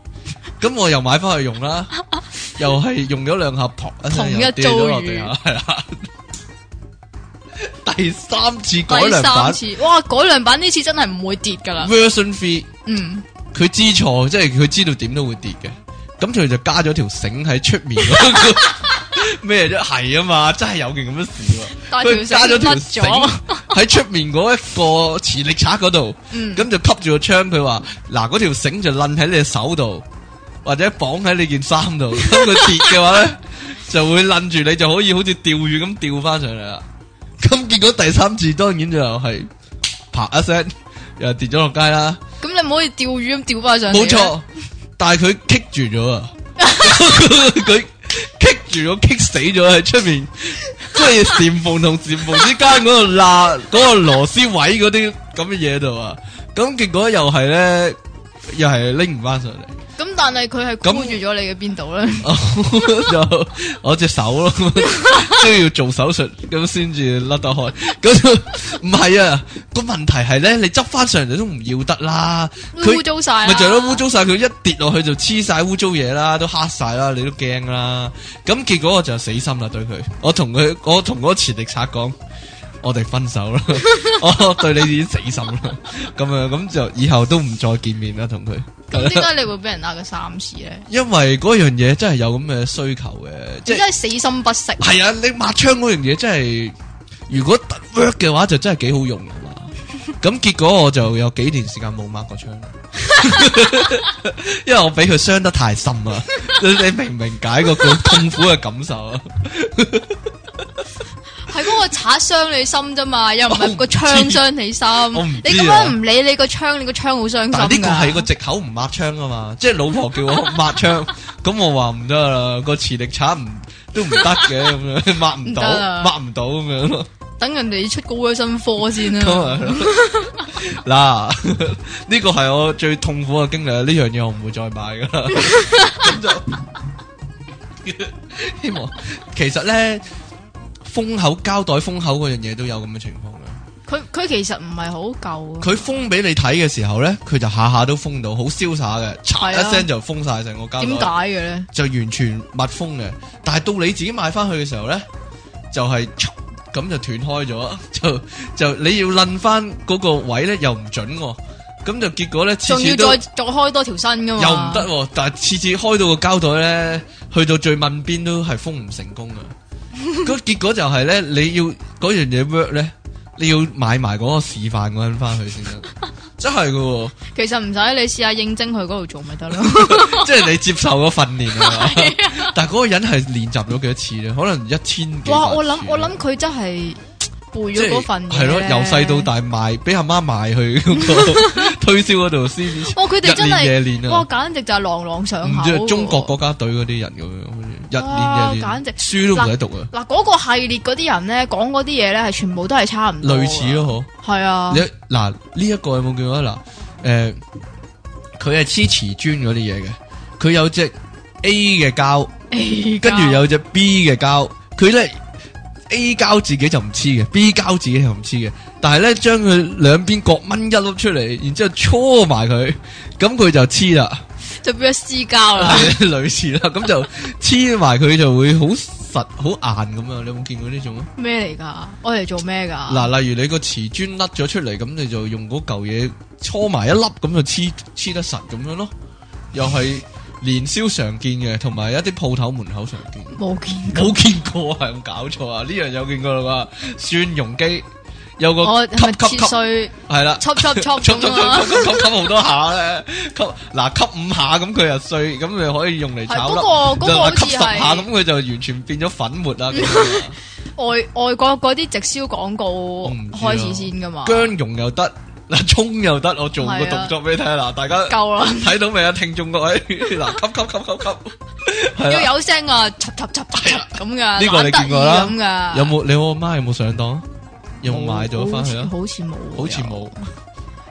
Speaker 1: 咁我又買翻去用
Speaker 2: *laughs*
Speaker 1: 啦，又係用咗兩下，噗一聲
Speaker 2: 同一
Speaker 1: 又跌咗落
Speaker 2: 遭
Speaker 1: 地
Speaker 2: 遇
Speaker 1: 下，係啦。 *laughs* 第三次改
Speaker 2: 第
Speaker 1: 良
Speaker 2: 三
Speaker 1: 版
Speaker 2: 次，哇！改良版呢次真係唔會跌噶啦。
Speaker 1: version three，
Speaker 2: 嗯，
Speaker 1: 佢知錯，即係佢知道點都會跌嘅。咁佢就加咗條繩喺出面嗰個
Speaker 2: *laughs*
Speaker 1: 咩啫？係啊嘛，真係有件咁嘅事喎。
Speaker 2: 但係
Speaker 1: 佢
Speaker 2: 條
Speaker 1: 加咗
Speaker 2: 繩
Speaker 1: 條
Speaker 2: 甩
Speaker 1: 繩
Speaker 2: 咗，
Speaker 1: 喺出面嗰一個磁力刷嗰度，
Speaker 2: 嗯
Speaker 1: 咁就吸住個窗。佢話：嗱，嗰條繩就掕喺你手度，或者綁喺你件衫度。咁佢跌嘅話咧，就會掕住你，就可以好似釣魚咁釣翻上嚟啦。咁結果第三次當然就係啪一聲，又跌咗落街啦。
Speaker 2: 咁你唔可以釣魚咁釣翻上嚟。
Speaker 1: 冇錯，但係佢棘住咗啊！ *laughs* 佢棘住咗，棘死咗喺出面，即係禪縫同禪縫之間嗰個罅、 *laughs* 嗰個螺絲位嗰啲咁嘅嘢度啊！咁結果又係咧，又係拎唔翻上嚟， *laughs*
Speaker 2: 咁但係佢係
Speaker 1: 咁
Speaker 2: 箍住咗你嘅邊度咧？
Speaker 1: 就我隻手咯， *laughs* 都要做手術咁先至甩得開。咁就唔係啊，個問題係咧，你執翻上嚟都唔要得啦，佢
Speaker 2: 污。糟晒啊
Speaker 1: 咪
Speaker 2: 啦，
Speaker 1: 就係咯，污糟晒佢一跌落去就黐晒污糟嘢啦，都黑晒啦，你都驚啦。咁結果我就死心啦，對佢，我同佢，我同嗰個磁力刷講，我哋分手啦，我對你已經死心啦。咁樣咁就以後都唔再見面啦，同佢。
Speaker 2: 咁點解你會俾人呃咗三次咧？
Speaker 1: 因為嗰樣嘢真係有咁嘅需求嘅，即係
Speaker 2: 你真係死心不息。
Speaker 1: 係啊，你抹窗嗰樣嘢真係，如果得 work 嘅話就真係幾好用啊嘛。咁結果我就有幾年時間冇抹過窗啦，因為我俾佢傷得太深啊！你你明唔明解個咁痛苦嘅感受啊？
Speaker 2: 係嗰個擦傷你心啫嘛，又唔
Speaker 1: 我唔知
Speaker 2: 係個槍傷你心。
Speaker 1: 唔
Speaker 2: 你
Speaker 1: 知
Speaker 2: 咁
Speaker 1: 啊
Speaker 2: 樣唔理你個槍，你個槍好傷心
Speaker 1: 但係呢個係個
Speaker 2: 㗎。
Speaker 1: 藉口唔抹窗啊嘛，即係老婆叫我抹窗，咁我話唔得啦，個磁力刷唔都唔得嘅咁樣，抹唔到
Speaker 2: 唔得，啊
Speaker 1: 抹唔到咁樣咯。
Speaker 2: 等人哋出高咗新科先
Speaker 1: 咁
Speaker 2: 啦。
Speaker 1: 啊 *laughs* 嗱，呢個係我最痛苦嘅經歷，呢樣嘢我唔會再買噶啦。咁就 *laughs* 希望，其實咧封口膠袋封口嗰樣嘢都有咁嘅情況嘅。
Speaker 2: 佢佢其實唔係好夠啊㗎。
Speaker 1: 佢封俾你睇嘅時候咧，佢就下下都封到好瀟灑嘅，嚓
Speaker 2: 係啊
Speaker 1: 一聲就封晒成個膠袋。
Speaker 2: 點解嘅咧？
Speaker 1: 就完全密封嘅。但係到你自己買翻去嘅時候咧，就係、 *laughs* 咁就斷開咗， *laughs* 就就你要掕翻嗰個位咧又唔準喎、咁就結果咧次
Speaker 2: 仲
Speaker 1: 次
Speaker 2: 要
Speaker 1: 都
Speaker 2: 再再開多條新㗎嘛？
Speaker 1: 又唔得、喎。但係次次開到個膠袋咧，去到最問邊都係封唔成功
Speaker 2: *laughs*
Speaker 1: 嘅。咁結果就係咧，你要嗰樣嘢 work 咧，你要買埋嗰個示範嗰陣翻去
Speaker 2: *laughs*
Speaker 1: 先得，真係嘅喎。
Speaker 2: 其實唔使，你試下應徵去嗰度做咪
Speaker 1: *laughs*
Speaker 2: 得咯。
Speaker 1: 即係你接受咗訓練啊
Speaker 2: *laughs*
Speaker 1: 嘛，但係嗰個人係練習咗幾多次咧？可能一千幾百次。啊
Speaker 2: 哇！我諗我諗佢真係背
Speaker 1: 即係
Speaker 2: 咗嗰份嘢
Speaker 1: 係咯，由細到。大賣，俾阿媽賣去嗰個推銷嗰度先，
Speaker 2: 哇！佢哋真
Speaker 1: 日練夜
Speaker 2: 係
Speaker 1: 練
Speaker 2: 哇，
Speaker 1: 啊
Speaker 2: 簡直就係朗朗上
Speaker 1: 唔
Speaker 2: 口啊
Speaker 1: 知
Speaker 2: 喎。
Speaker 1: 係中國國家隊嗰啲人咁樣，好似日
Speaker 2: 哇
Speaker 1: 練夜練，
Speaker 2: 簡直
Speaker 1: 書都唔使讀啊，
Speaker 2: 嗱嗰個系列嗰啲人咧，講嗰啲嘢咧係全部都係差唔多㗎。
Speaker 1: 類似咯，嗬。
Speaker 2: 係啊
Speaker 1: 你，嗱呢一個有冇見過啊？嗱，誒，佢係黐瓷磚嗰啲嘢嘅，佢有隻 A 嘅膠，跟住有隻 B 嘅膠，佢咧 A 膠自己就唔黐嘅，B 膠自己就唔黐嘅，但係咧將佢兩邊各掹一粒出嚟，然之後搓埋佢，咁佢就黐啦，
Speaker 2: 就變咗私交啦。
Speaker 1: 係 *laughs* 類似啦，咁就黐埋佢就會好實好硬咁樣，你有冇見過呢種啊？
Speaker 2: 咩嚟噶？我嚟做咩噶？
Speaker 1: 嗱，例如你個瓷磚甩咗出嚟，咁你就用嗰嚿嘢搓埋一粒，咁就黐黐得實咁樣咯。又係年宵常見嘅，同埋一啲鋪頭門口常見。
Speaker 2: 冇見過。
Speaker 1: 冇見過啊，有冇搞錯啊？呢樣有見過啦啩？蒜蓉機有個
Speaker 2: 我
Speaker 1: 吸
Speaker 2: 係咪
Speaker 1: 吸
Speaker 2: 切
Speaker 1: 吸， *laughs*
Speaker 2: 碎
Speaker 1: 係啦。
Speaker 2: *laughs* 戳戳戳
Speaker 1: 吸吸吸
Speaker 2: 咁啊？
Speaker 1: 吸吸吸好多下咧，吸嗱吸五下咁佢又碎，咁你可以用嚟
Speaker 2: 係
Speaker 1: 炒粒。
Speaker 2: 嗰個嗰個好
Speaker 1: 就嗱
Speaker 2: 似
Speaker 1: 吸十下
Speaker 2: 係
Speaker 1: 咁佢就完全變咗粉末
Speaker 2: *laughs*
Speaker 1: 啦。咁樣啊
Speaker 2: 外外國嗰啲直銷廣告
Speaker 1: 我唔知啊
Speaker 2: 開始先噶嘛？
Speaker 1: 姜蓉又得，嗱葱又得，我做個
Speaker 2: 係啊
Speaker 1: 動作俾你睇下嗱，大家
Speaker 2: 夠啦，
Speaker 1: 睇到未啊？聽眾各位， *laughs* 嗱，吸吸吸吸吸，係啦，
Speaker 2: *laughs* 要有聲啊，戳戳戳戳戳咁噶，
Speaker 1: 呢個你見過啦
Speaker 2: 懶得意咁噶。
Speaker 1: 有冇你我媽有冇上當？有冇買咗翻去
Speaker 2: 好
Speaker 1: 啊
Speaker 2: 似？好似冇，
Speaker 1: 好似，冇。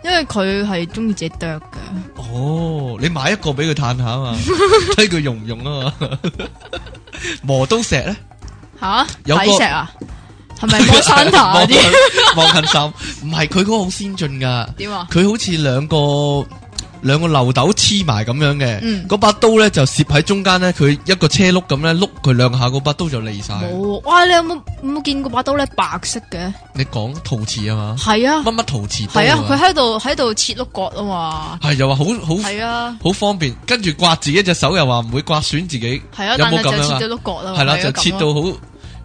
Speaker 2: 因為佢係中意自己啄嘅。
Speaker 1: 哦，你買一個俾佢嘆下啊
Speaker 2: *laughs*
Speaker 1: 嘛，睇佢用唔用啊嘛。磨刀石咧，
Speaker 2: 吓，
Speaker 1: 有個
Speaker 2: 底石啊？
Speaker 1: *laughs*
Speaker 2: 係咪摩山塔嗰啊啲？
Speaker 1: 啲望近心，唔係佢嗰個好先進噶。
Speaker 2: 點啊？
Speaker 1: 佢好似兩個兩個漏斗黐埋咁樣嘅，
Speaker 2: 嗯
Speaker 1: 嗰、把刀咧就攝喺中間咧，佢一個車碌咁咧碌佢兩下，嗰把刀就利晒。
Speaker 2: 冇哇！你有冇有冇見過把刀咧白色嘅？
Speaker 1: 你講陶瓷啊嘛，
Speaker 2: 係啊，
Speaker 1: 乜乜陶瓷刀
Speaker 2: 係啊，佢
Speaker 1: 啊，
Speaker 2: 喺度喺度切碌角啊嘛。
Speaker 1: 係又話好好
Speaker 2: 係啊，
Speaker 1: 好方便，跟住刮自己隻手又話唔會刮損自己，
Speaker 2: 係啊，
Speaker 1: 有
Speaker 2: 但
Speaker 1: 冇
Speaker 2: 係就
Speaker 1: 咁樣啊
Speaker 2: 切到碌角啦嘛。
Speaker 1: 係啦、
Speaker 2: 係啊
Speaker 1: 就切。
Speaker 2: 咁咯
Speaker 1: 到好，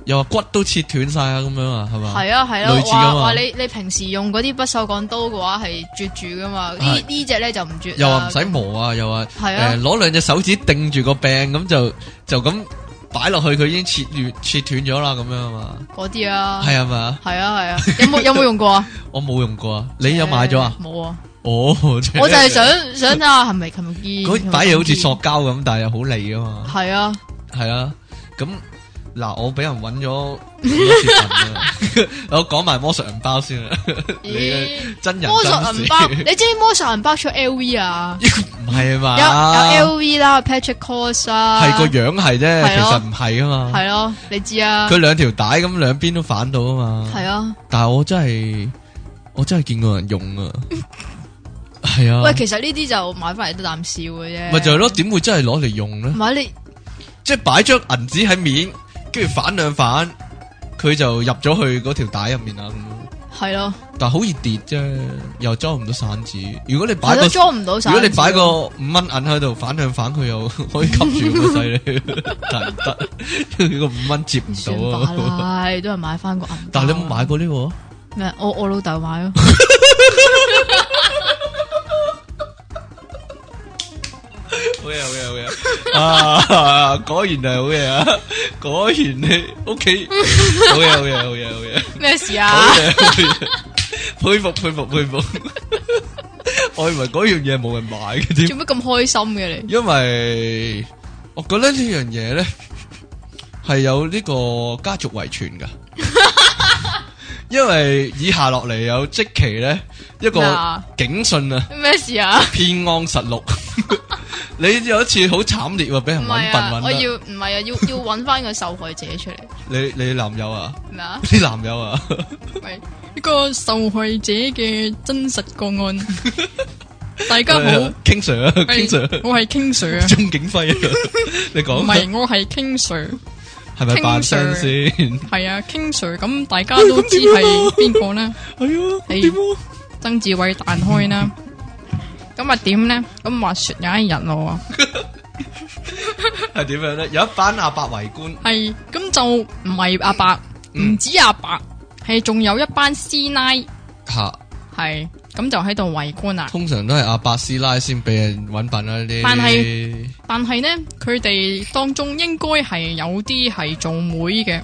Speaker 1: 又話骨都切斷晒啊咁樣啊，係嘛？
Speaker 2: 係啊
Speaker 1: 類
Speaker 2: 係啊，
Speaker 1: 似㗎
Speaker 2: 話
Speaker 1: 嘛
Speaker 2: 話你你平時用嗰啲不鏽鋼刀嘅話係啜住噶嘛？呢
Speaker 1: 係
Speaker 2: 呢只咧就唔啜啦。
Speaker 1: 又話唔使磨啊，又話
Speaker 2: 係啊
Speaker 1: 誒攞兩隻手指定住個柄咁就就咁擺落去，佢已經切斷切斷咗啦，咁樣啊嘛，
Speaker 2: 嗰啲啊。
Speaker 1: 係啊嘛。
Speaker 2: 係啊係啊，有冇有冇用過啊？
Speaker 1: 我冇用過啊， *laughs* 你有買咗啊？
Speaker 2: 誒？冇啊！
Speaker 1: 哦，我
Speaker 2: 我就係想想睇下係咪琴日見
Speaker 1: 嗰把嘢好似塑膠咁，但係又好利啊嘛，
Speaker 2: 係啊，
Speaker 1: 係啊。咁嗱，我俾人揾咗搵咗接近啦啊 *laughs* 我講埋魔術銀包先啦，你嘅
Speaker 2: 咦？
Speaker 1: 真人
Speaker 2: 魔術
Speaker 1: 真事
Speaker 2: 銀包，你知唔知魔術銀包出 L V 啊？
Speaker 1: *laughs* 唔係
Speaker 2: 有
Speaker 1: 嘛？
Speaker 2: 有 L V 啦，Patrick Cos 啊，
Speaker 1: 係個樣係啫，
Speaker 2: 係
Speaker 1: 其實
Speaker 2: 咯
Speaker 1: 唔係啊嘛。
Speaker 2: 係咯，你知啊
Speaker 1: 佢，兩條帶咁兩邊都反到啊嘛。
Speaker 2: 係啊。
Speaker 1: 但係我真係我真係見過人用啊，係啊
Speaker 2: 喂，。其實呢啲就買翻嚟都啖笑嘅啫。
Speaker 1: 咪就係咯，點會真係攞嚟用咧
Speaker 2: 唔？係你
Speaker 1: 即系摆张銀紙喺面，跟住反兩反，佢就入咗去嗰條帶入面啊啦咁樣。
Speaker 2: 係咯，
Speaker 1: 但系好易跌啫，又裝唔到散紙。如果你擺
Speaker 2: 係
Speaker 1: 個
Speaker 2: 咯，裝唔啊到手。
Speaker 1: 如果你擺個五蚊銀喺度反兩反，佢又可以吸住咁犀利， *laughs* 但係唔得，因為個五蚊接唔
Speaker 2: 算
Speaker 1: 到
Speaker 2: 吧
Speaker 1: 啊。
Speaker 2: 啦，都係買翻個銀包。
Speaker 1: *laughs* 但系你有冇買過呢個？
Speaker 2: 咩？我我老豆
Speaker 1: *laughs*
Speaker 2: 買咯。
Speaker 1: 好嘢，好嘢，好嘢！啊，果然係好嘢啊！果然你屋企好嘢，好嘢，好嘢，好 *laughs* 嘢！
Speaker 2: 咩事
Speaker 1: 好嘢
Speaker 2: 啊？
Speaker 1: 佩服佩服佩服！我以為嗰樣嘢冇人買嘅添，
Speaker 2: 做乜咁開心嘅你？
Speaker 1: 因為我覺得呢樣嘢咧係有呢個家族遺傳 *laughs* 噶。因為以下落嚟有即期咧一
Speaker 2: 咩
Speaker 1: 個
Speaker 2: 啊
Speaker 1: 警訊啊，
Speaker 2: 咩事
Speaker 1: *laughs*
Speaker 2: 啊？
Speaker 1: 偏安實錄。 *laughs* 你有一次好慘烈喎，俾人
Speaker 2: 唔
Speaker 1: 揾
Speaker 2: 係
Speaker 1: 笨
Speaker 2: 啊，我
Speaker 1: 揾
Speaker 2: 要
Speaker 1: 啦。
Speaker 2: 唔係啊，要要揾翻個受害者出嚟
Speaker 1: 你你男友啊？ *laughs*
Speaker 2: 咩啊？
Speaker 1: 你男友啊？
Speaker 2: 喂，呢個受害者嘅真實個案，
Speaker 1: *laughs*
Speaker 2: 大家好，
Speaker 1: ，King Sir 啊
Speaker 2: 喂
Speaker 1: ，King Sir，
Speaker 2: *laughs* 我係 King
Speaker 1: *laughs*
Speaker 2: Sir 啊，
Speaker 1: 鍾景輝
Speaker 2: *laughs*
Speaker 1: 啊，你講
Speaker 2: 唔係我係 King Sir，
Speaker 1: 系咪扮聲先？ *laughs* 係
Speaker 2: 係啊 King Sir，咁大家都知係邊個咧？
Speaker 1: 啊，
Speaker 2: 係
Speaker 1: 點啊？
Speaker 2: 曾志偉彈開啦，咁啊點咧？咁話說有一日我啊，
Speaker 1: 係點樣咧？有一班阿伯圍觀，
Speaker 2: 係咁就唔係阿伯，
Speaker 1: 嗯
Speaker 2: 唔止阿伯，係仲有一班師奶，
Speaker 1: 吓，
Speaker 2: 係咁就喺度圍觀啊。
Speaker 1: 通常都係阿伯師奶先俾人揾笨啦呢啲。
Speaker 2: 但係但係呢，佢哋當中應該係有啲係做妹嘅，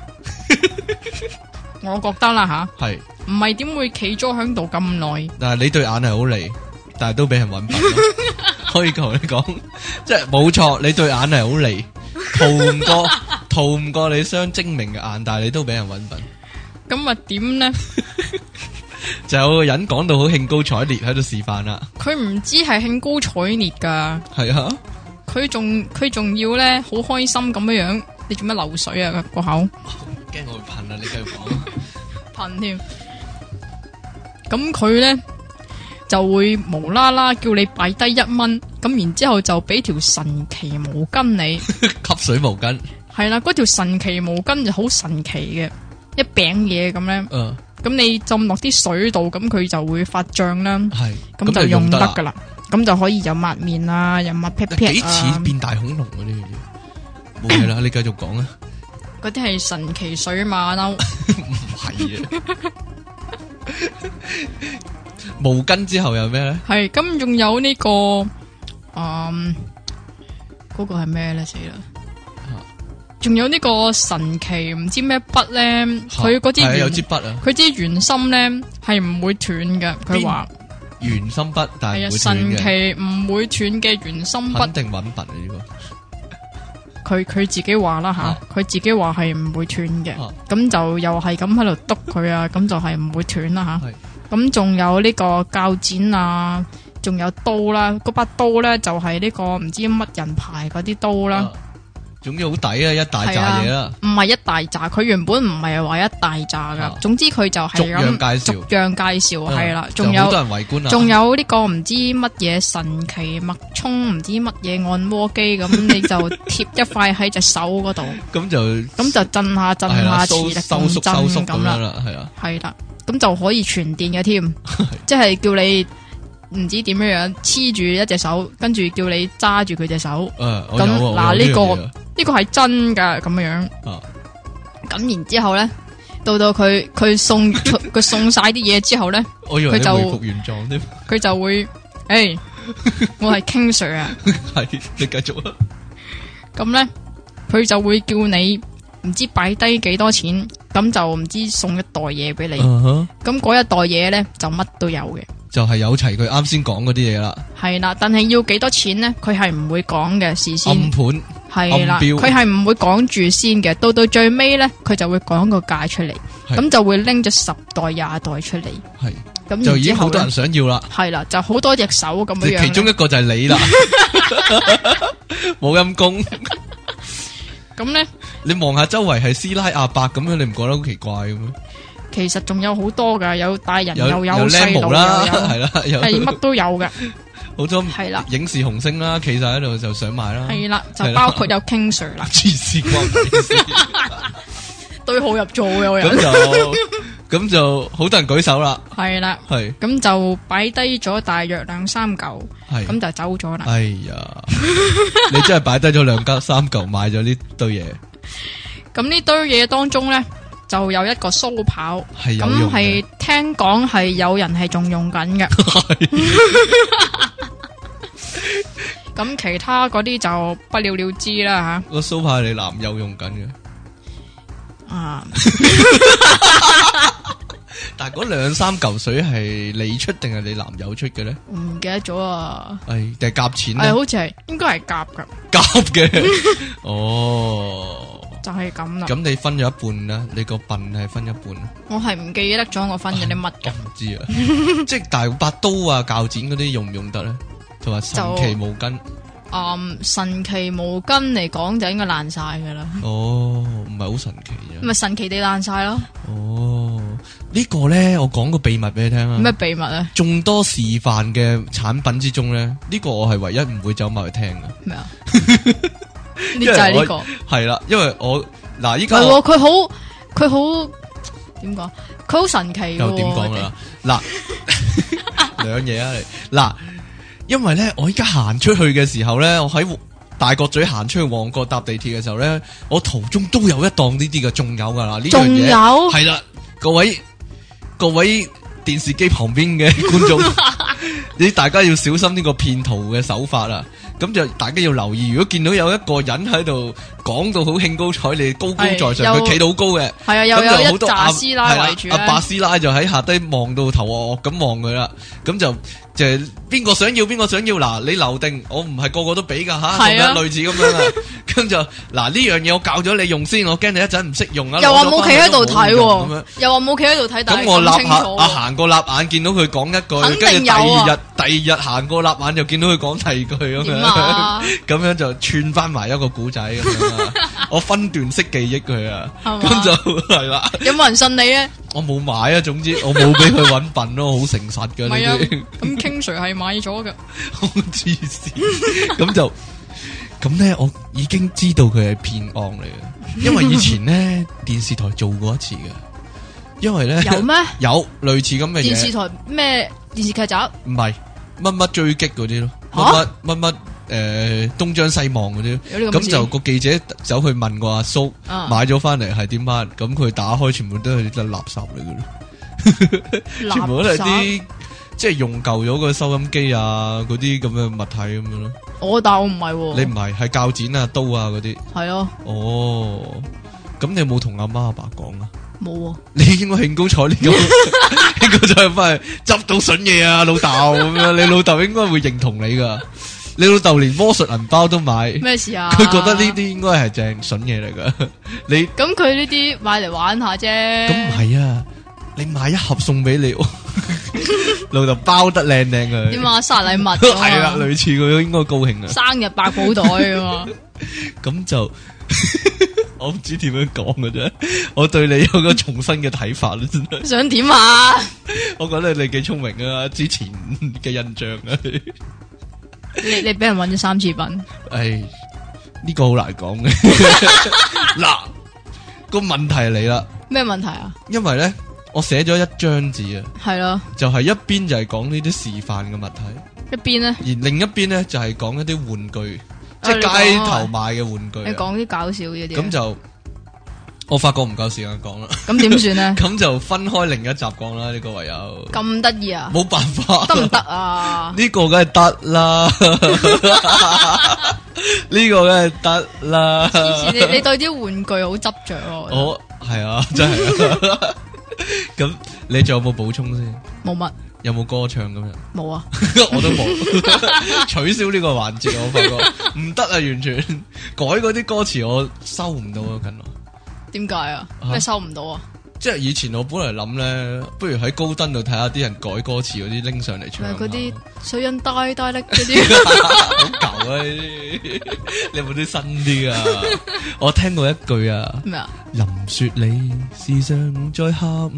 Speaker 2: 我覺得啦吓，
Speaker 1: 系，
Speaker 2: 唔係點會企咗喺度咁耐？
Speaker 1: 但系你對眼係好利，但系都俾人搵笨咯。可以同你講，即係冇錯，你對眼係好利，逃唔過逃唔過你雙精明嘅眼，但系你都俾人搵笨。
Speaker 2: 咁啊點呢？
Speaker 1: 就有個人講到好興高采烈喺度示範啦，
Speaker 2: 佢唔知係興高采烈噶，
Speaker 1: 係啊，
Speaker 2: 佢仲佢仲要咧好開心咁樣樣，你做咩流水啊個口
Speaker 1: 驚我會噴啊！你繼續講。
Speaker 2: 噴添？咁佢咧就會無啦啦叫你擺低一蚊，咁然之後就俾條神奇毛巾你。
Speaker 1: 吸水毛巾，
Speaker 2: 係啦，嗰條神奇毛巾就好神奇嘅，一餅嘢咁咧，
Speaker 1: 嗯，
Speaker 2: 咁你浸落啲水度，咁佢就會發脹啦，
Speaker 1: 系，
Speaker 2: 咁就用得噶啦，咁就可以有抹面啦，有抹 pat
Speaker 1: 幾
Speaker 2: pat
Speaker 1: 似
Speaker 2: 啊，
Speaker 1: 變大恐龍啊呢樣嘢，冇嘢啦，你繼續 *laughs* 講啊，
Speaker 2: 嗰啲係神奇水馬騮，
Speaker 1: 唔係啊，毛巾之後有咩咧？
Speaker 2: 係咁仲有呢、個，嗯，嗰、個係咩咧？死啦！仲有呢個神奇唔知咩筆咧，佢嗰支
Speaker 1: 係啊有
Speaker 2: 圓
Speaker 1: 支筆啊，
Speaker 2: 佢支圓心咧係唔會斷嘅，佢話。
Speaker 1: 圓心筆，但
Speaker 2: 系
Speaker 1: 係啊
Speaker 2: 啊，
Speaker 1: 唔會斷
Speaker 2: 神
Speaker 1: 嘅，
Speaker 2: 奇唔會斷嘅原心筆
Speaker 1: 肯，定揾笨啊呢個。
Speaker 2: 佢佢自己話啦吓
Speaker 1: 啊，
Speaker 2: 佢自己話係唔會斷嘅
Speaker 1: 啊，
Speaker 2: 咁就又係咁喺度篤佢啊，咁就係唔會斷啦
Speaker 1: 係
Speaker 2: 吓。咁仲有呢個铰剪啊，仲有刀啦，嗰把刀咧就係呢個唔知乜人牌嗰啲刀啦
Speaker 1: 啊，總之好抵啊，一大扎嘢啦，
Speaker 2: 唔係一大扎，佢原本唔係話一大扎
Speaker 1: 啊
Speaker 2: 噶，總之佢就
Speaker 1: 逐
Speaker 2: 係
Speaker 1: 樣
Speaker 2: 咁
Speaker 1: 介
Speaker 2: 逐
Speaker 1: 紹，
Speaker 2: 樣介紹係啦
Speaker 1: 嗯，
Speaker 2: 仲
Speaker 1: 就好
Speaker 2: 有
Speaker 1: 多。人圍觀啦，
Speaker 2: 仲有呢個唔知乜嘢神奇脈衝，唔知乜嘢按摩機咁，你就貼一塊喺隻手嗰度，
Speaker 1: 咁就
Speaker 2: 咁就震下震
Speaker 1: 係啦
Speaker 2: 下，磁
Speaker 1: 收
Speaker 2: 力
Speaker 1: 收
Speaker 2: 共
Speaker 1: 縮
Speaker 2: 振
Speaker 1: 收縮咁
Speaker 2: 咁
Speaker 1: 樣
Speaker 2: 啦，
Speaker 1: 啦，係啊，
Speaker 2: 係啦，咁就可以傳電
Speaker 1: *laughs*
Speaker 2: 嘅添，即係叫你唔知點樣樣黐住一隻手，跟住叫你揸住佢隻手，
Speaker 1: 誒，我
Speaker 2: 咁
Speaker 1: 有啊
Speaker 2: 嗱
Speaker 1: 我有
Speaker 2: 呢個
Speaker 1: 樣嘢啊
Speaker 2: 呢個係真㗎咁樣
Speaker 1: 啊。
Speaker 2: 咁然之後咧，到到佢佢送 *laughs* 佢送晒啲嘢之後咧。
Speaker 1: 我以為
Speaker 2: 佢
Speaker 1: 你
Speaker 2: 就
Speaker 1: 回復原狀添， *laughs*
Speaker 2: 佢就會，诶、我係 King Sir 啊，
Speaker 1: 係你繼續啊，
Speaker 2: 咁咧佢就會叫你唔知擺低幾多錢，咁就唔知送一袋嘢俾你，
Speaker 1: 嗯哼
Speaker 2: 咁嗰、一袋嘢咧就乜都有嘅，
Speaker 1: 就係有齊佢啱先講嗰啲嘢啦，
Speaker 2: 係啦，但係要幾多錢咧，佢係唔會講嘅，事先
Speaker 1: 暗盤
Speaker 2: 係啦，
Speaker 1: 暗標
Speaker 2: 佢係唔會講住先嘅，到到最尾咧，佢就會講個價出嚟，
Speaker 1: 係
Speaker 2: 咁就會拎咗十袋廿袋出嚟，
Speaker 1: 係
Speaker 2: 咁
Speaker 1: 就
Speaker 2: 然
Speaker 1: 已
Speaker 2: 之
Speaker 1: 經好
Speaker 2: 後
Speaker 1: 多
Speaker 2: 咧
Speaker 1: 人想要啦，
Speaker 2: 係啦，就好多隻手咁樣樣
Speaker 1: 其
Speaker 2: 呢
Speaker 1: 中一個就係你
Speaker 2: *laughs*
Speaker 1: 啦， *laughs* 冇陰功，
Speaker 2: 咁咧。
Speaker 1: 你望下周圍係師奶阿伯咁樣，你唔覺得好奇怪嘅咩？
Speaker 2: 其實仲有好多噶，有大人
Speaker 1: 有
Speaker 2: 又有
Speaker 1: 有
Speaker 2: 細
Speaker 1: lemo
Speaker 2: 路
Speaker 1: 啦，
Speaker 2: 又有
Speaker 1: *laughs* 係啦，有
Speaker 2: 係乜都有嘅，
Speaker 1: 好多
Speaker 2: 係啦
Speaker 1: 影視紅星啦，企晒喺度就想買啦，
Speaker 2: 係啦，就
Speaker 1: 係啦
Speaker 2: 包括有 King Sir
Speaker 1: *laughs*
Speaker 2: 啦，
Speaker 1: 黐線關我事
Speaker 2: *laughs* 對號入座嘅我人，
Speaker 1: 咁就咁就好多人舉手啦，
Speaker 2: 係啦，
Speaker 1: 係
Speaker 2: 咁就擺低咗大約兩三嚿，
Speaker 1: 係。
Speaker 2: 咁就走咗啦。
Speaker 1: 哎呀，你真系摆低咗兩嚿三嚿買咗呢堆嘢，
Speaker 2: 咁呢堆嘢當中咧，就有一個鬚刨，
Speaker 1: 係有
Speaker 2: 咁
Speaker 1: 用嘅
Speaker 2: 係聽講係有人係仲用
Speaker 1: *laughs*
Speaker 2: 緊嘅。咁其他嗰啲就不了了之啦
Speaker 1: 個蘇帕你男友用緊嘅，
Speaker 2: 吓，啊，
Speaker 1: 但系嗰兩三嚿水係你出定係你男友出嘅咧？
Speaker 2: 唔記得咗啊，
Speaker 1: 唉，定係夾錢
Speaker 2: 係
Speaker 1: 咧？
Speaker 2: 好似係應該係夾噶，
Speaker 1: 夾嘅， *laughs* 哦，
Speaker 2: 就係咁啦。
Speaker 1: 咁你分咗一半啦，你個笨係分一半啦，
Speaker 2: 我係唔記得咗我分咗啲乜
Speaker 1: 我
Speaker 2: 嘅，
Speaker 1: 唔
Speaker 2: *laughs*
Speaker 1: 知啊，即係大把刀啊、铰剪嗰啲用唔用得咧？同埋神
Speaker 2: 就
Speaker 1: 奇毛巾，
Speaker 2: 嗯，神奇毛巾嚟講就應該爛晒噶啦，
Speaker 1: 哦，唔係好神奇啫，
Speaker 2: 咪神奇地爛晒咯，
Speaker 1: 哦，呢個咧我講個秘密俾你聽啊。
Speaker 2: 咩秘密
Speaker 1: *laughs*
Speaker 2: 啊？
Speaker 1: 眾多示範嘅產品之中咧，呢、呢個我係唯一唔會走埋去聽嘅，
Speaker 2: 咩啊？呢就係呢個，唔
Speaker 1: 係啦，因為我嗱依家
Speaker 2: 係
Speaker 1: 我
Speaker 2: 喎佢好佢好點講？佢好神奇喎
Speaker 1: 又點講啦？
Speaker 2: *laughs*
Speaker 1: 嗱，兩嘢啊你嗱，因為咧我依家行出去嘅時候咧，我喺大角咀行出去旺角搭地鐵嘅時候咧，我途中都有一檔呢啲嘅，仲有噶啦呢樣
Speaker 2: 仲
Speaker 1: 嘢，
Speaker 2: 有 *laughs*
Speaker 1: 係啦，各位各位電視機旁邊嘅觀眾，你大家要小心呢個騙徒嘅手法啦。咁就大家要留意，如果見到有一個人喺度講到好興高采烈、高高在上，
Speaker 2: 係有
Speaker 1: 佢企到好高嘅，
Speaker 2: 系啊，又
Speaker 1: 咁就
Speaker 2: 有
Speaker 1: 好
Speaker 2: 一
Speaker 1: 多
Speaker 2: 扎
Speaker 1: 阿
Speaker 2: 師奶圍
Speaker 1: 係
Speaker 2: 住
Speaker 1: 啦阿
Speaker 2: 咧
Speaker 1: 伯師奶就喺下低望到頭惡惡咁望佢啦。咁就就係邊個想要邊個想要嗱，你留定，我唔係個個都俾㗎吓，咁
Speaker 2: 係啊
Speaker 1: 樣類似咁樣啦。跟住就嗱呢樣嘢我教咗你用先，我驚你一陣唔識用啊。
Speaker 2: 又話
Speaker 1: 攞咗
Speaker 2: 冇
Speaker 1: 返
Speaker 2: 企
Speaker 1: 去
Speaker 2: 喺
Speaker 1: 都
Speaker 2: 度
Speaker 1: 冇
Speaker 2: 睇
Speaker 1: 用咁樣
Speaker 2: 喎，又話冇企喺度睇，但
Speaker 1: 咁
Speaker 2: 係
Speaker 1: 我立
Speaker 2: 咁清
Speaker 1: 下
Speaker 2: 楚
Speaker 1: 啊
Speaker 2: 喎。
Speaker 1: 行過立眼，見到佢講一句，跟
Speaker 2: 肯
Speaker 1: 住
Speaker 2: 定
Speaker 1: 第
Speaker 2: 有啊
Speaker 1: 二日第二日行過立眼，就見到佢講第二句咁
Speaker 2: 點
Speaker 1: 樣
Speaker 2: 啊，
Speaker 1: *laughs* 咁樣就串翻埋一個古仔咁樣啊。我分段式記憶佢啊，
Speaker 2: *laughs* 係嘛
Speaker 1: 咁就係啦。
Speaker 2: 有冇人信你咧？
Speaker 1: 我冇買啊，總之我
Speaker 2: *laughs*
Speaker 1: 冇俾佢揾笨咯，我好誠實嘅
Speaker 2: 唔
Speaker 1: 呢
Speaker 2: 係啊
Speaker 1: 啲，，
Speaker 2: 咁 King Sir 係買咗噶，
Speaker 1: *laughs* 好黐線。咁就咁咧，我已經知道佢係騙案嚟嘅，
Speaker 2: *laughs*
Speaker 1: 因為以前咧電視台做過一次嘅，因為咧
Speaker 2: 有咩？
Speaker 1: *laughs* 有類似咁嘅
Speaker 2: 電
Speaker 1: 嘢
Speaker 2: 視。台咩電視劇集？
Speaker 1: 唔係乜乜追擊嗰啲咯，乜
Speaker 2: 吓
Speaker 1: 乜乜乜诶東張西望嗰啲
Speaker 2: 有呢
Speaker 1: 咯，
Speaker 2: 咁嘅
Speaker 1: 咁就
Speaker 2: 事
Speaker 1: 個記者走去問個阿叔
Speaker 2: 啊
Speaker 1: 買咗翻嚟係點翻，咁佢打開全部都係啲垃圾嚟嘅咯，全部都係
Speaker 2: 垃圾。
Speaker 1: 啲即係用舊咗個收音機啊嗰啲咁嘅物體咁樣咯，
Speaker 2: 我但我唔係
Speaker 1: 你
Speaker 2: 喎，
Speaker 1: 唔係係铰剪啊刀啊嗰啲，
Speaker 2: 係咯，
Speaker 1: 哦，咁你有冇同阿媽阿爸講啊？ *laughs*
Speaker 2: 冇喎。
Speaker 1: 你應該興高采烈咁， *laughs* 興高采烈翻去執到筍嘢啊，老豆咁樣，你老豆應該會認同你噶。你老豆連魔術銀包都買，佢
Speaker 2: 咩事啊？
Speaker 1: 覺得呢啲應該係正筍嘢嚟噶。 *laughs* 你咁
Speaker 2: 咁佢呢啲買嚟玩下啫。
Speaker 1: 唔係啊？你買一盒送俾你， *laughs* 老豆包得靚靚
Speaker 2: 點
Speaker 1: 佢，
Speaker 2: 啊？生日禮物㗎
Speaker 1: *laughs*
Speaker 2: 嘛
Speaker 1: 係啦，類似佢應該高興啊。
Speaker 2: 生日百寶袋啊嘛，
Speaker 1: *laughs* 咁就我唔知點樣講嘅啫，我對你有個重新嘅睇法啦，真係。
Speaker 2: 想點啊？
Speaker 1: *laughs*
Speaker 2: *laughs*
Speaker 1: 我覺得你幾聰明啊！之前嘅印象啊，
Speaker 2: 你你俾人揾咗三次品，
Speaker 1: 唉，呢、個好難講
Speaker 2: *laughs*
Speaker 1: 嘅。嗱，個問題嚟啦，
Speaker 2: 咩問題啊？
Speaker 1: 因為咧，我寫咗一張紙啊，
Speaker 2: 係咯，
Speaker 1: 就係一邊就係講呢啲示範嘅物體，
Speaker 2: 一邊咧，
Speaker 1: 而另一邊咧就係講一啲玩具，
Speaker 2: 啊
Speaker 1: 即係
Speaker 2: 你
Speaker 1: 街
Speaker 2: 講啊
Speaker 1: 頭賣嘅玩具
Speaker 2: 你
Speaker 1: 啊。
Speaker 2: 講啲搞笑啲啲
Speaker 1: 咁
Speaker 2: 啊，
Speaker 1: 就我發覺唔夠時間講啦，
Speaker 2: 咁點算
Speaker 1: *laughs*
Speaker 2: 咧？
Speaker 1: 咁就分開另一集講啦。呢、個唯有
Speaker 2: 咁得意啊？
Speaker 1: 冇辦法，
Speaker 2: 得唔得
Speaker 1: *laughs*
Speaker 2: 啊？
Speaker 1: 呢個梗係得
Speaker 2: *laughs*
Speaker 1: 啦，呢個梗係得啦。
Speaker 2: 黐線你你對啲玩具好執着咯，我
Speaker 1: 我係啊，真係啊。咁你仲有冇補充先？
Speaker 2: 覺得冇乜
Speaker 1: 有冇歌唱咁樣？ *laughs*
Speaker 2: 冇啊，
Speaker 1: 我都
Speaker 2: *laughs*
Speaker 1: 冇，取消呢個環節。我發覺唔得啊，完全改嗰啲歌詞我收唔到啊，近來。
Speaker 2: 點解啊？
Speaker 1: 啊
Speaker 2: 咩收唔到啊？
Speaker 1: 即係以前我本來諗咧，不如喺高登度睇下啲人改歌詞嗰啲拎上嚟唱啊
Speaker 2: 咪
Speaker 1: 下。
Speaker 2: 嗰啲水印大大力
Speaker 1: *laughs*
Speaker 2: 嗰啲，
Speaker 1: 好舊啊！呢啲你有冇啲新啲啊？我聽過一句啊，
Speaker 2: 咩啊？
Speaker 1: 林雪你時常在下午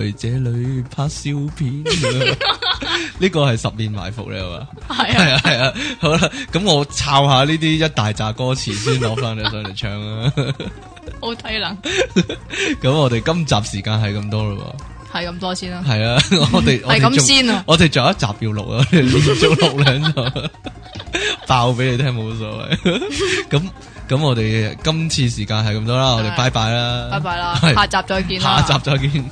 Speaker 1: 來這裏拍笑片，呢個係十面埋伏你係嘛？
Speaker 2: 係啊，
Speaker 1: 係啊係啊，好啦，咁我抄下呢啲一大扎歌詞先攞翻你上嚟唱啊！
Speaker 2: 好低能，
Speaker 1: 咁我哋今集時間係咁多咯
Speaker 2: 係咁多先啦
Speaker 1: 喎，。係啊， *laughs* 我哋我
Speaker 2: 係
Speaker 1: 哋
Speaker 2: 咁
Speaker 1: 仲
Speaker 2: 先啊
Speaker 1: 我哋仲有一集要錄啊， *laughs* 我哋連續錄兩集， *laughs* 爆俾你聽冇所謂。 *laughs* 咁咁，我哋今次時間係咁多啦，我哋
Speaker 2: 係
Speaker 1: 拜拜啦，
Speaker 2: 拜拜啦，
Speaker 1: 係
Speaker 2: 下集再見啦。
Speaker 1: 下集再見。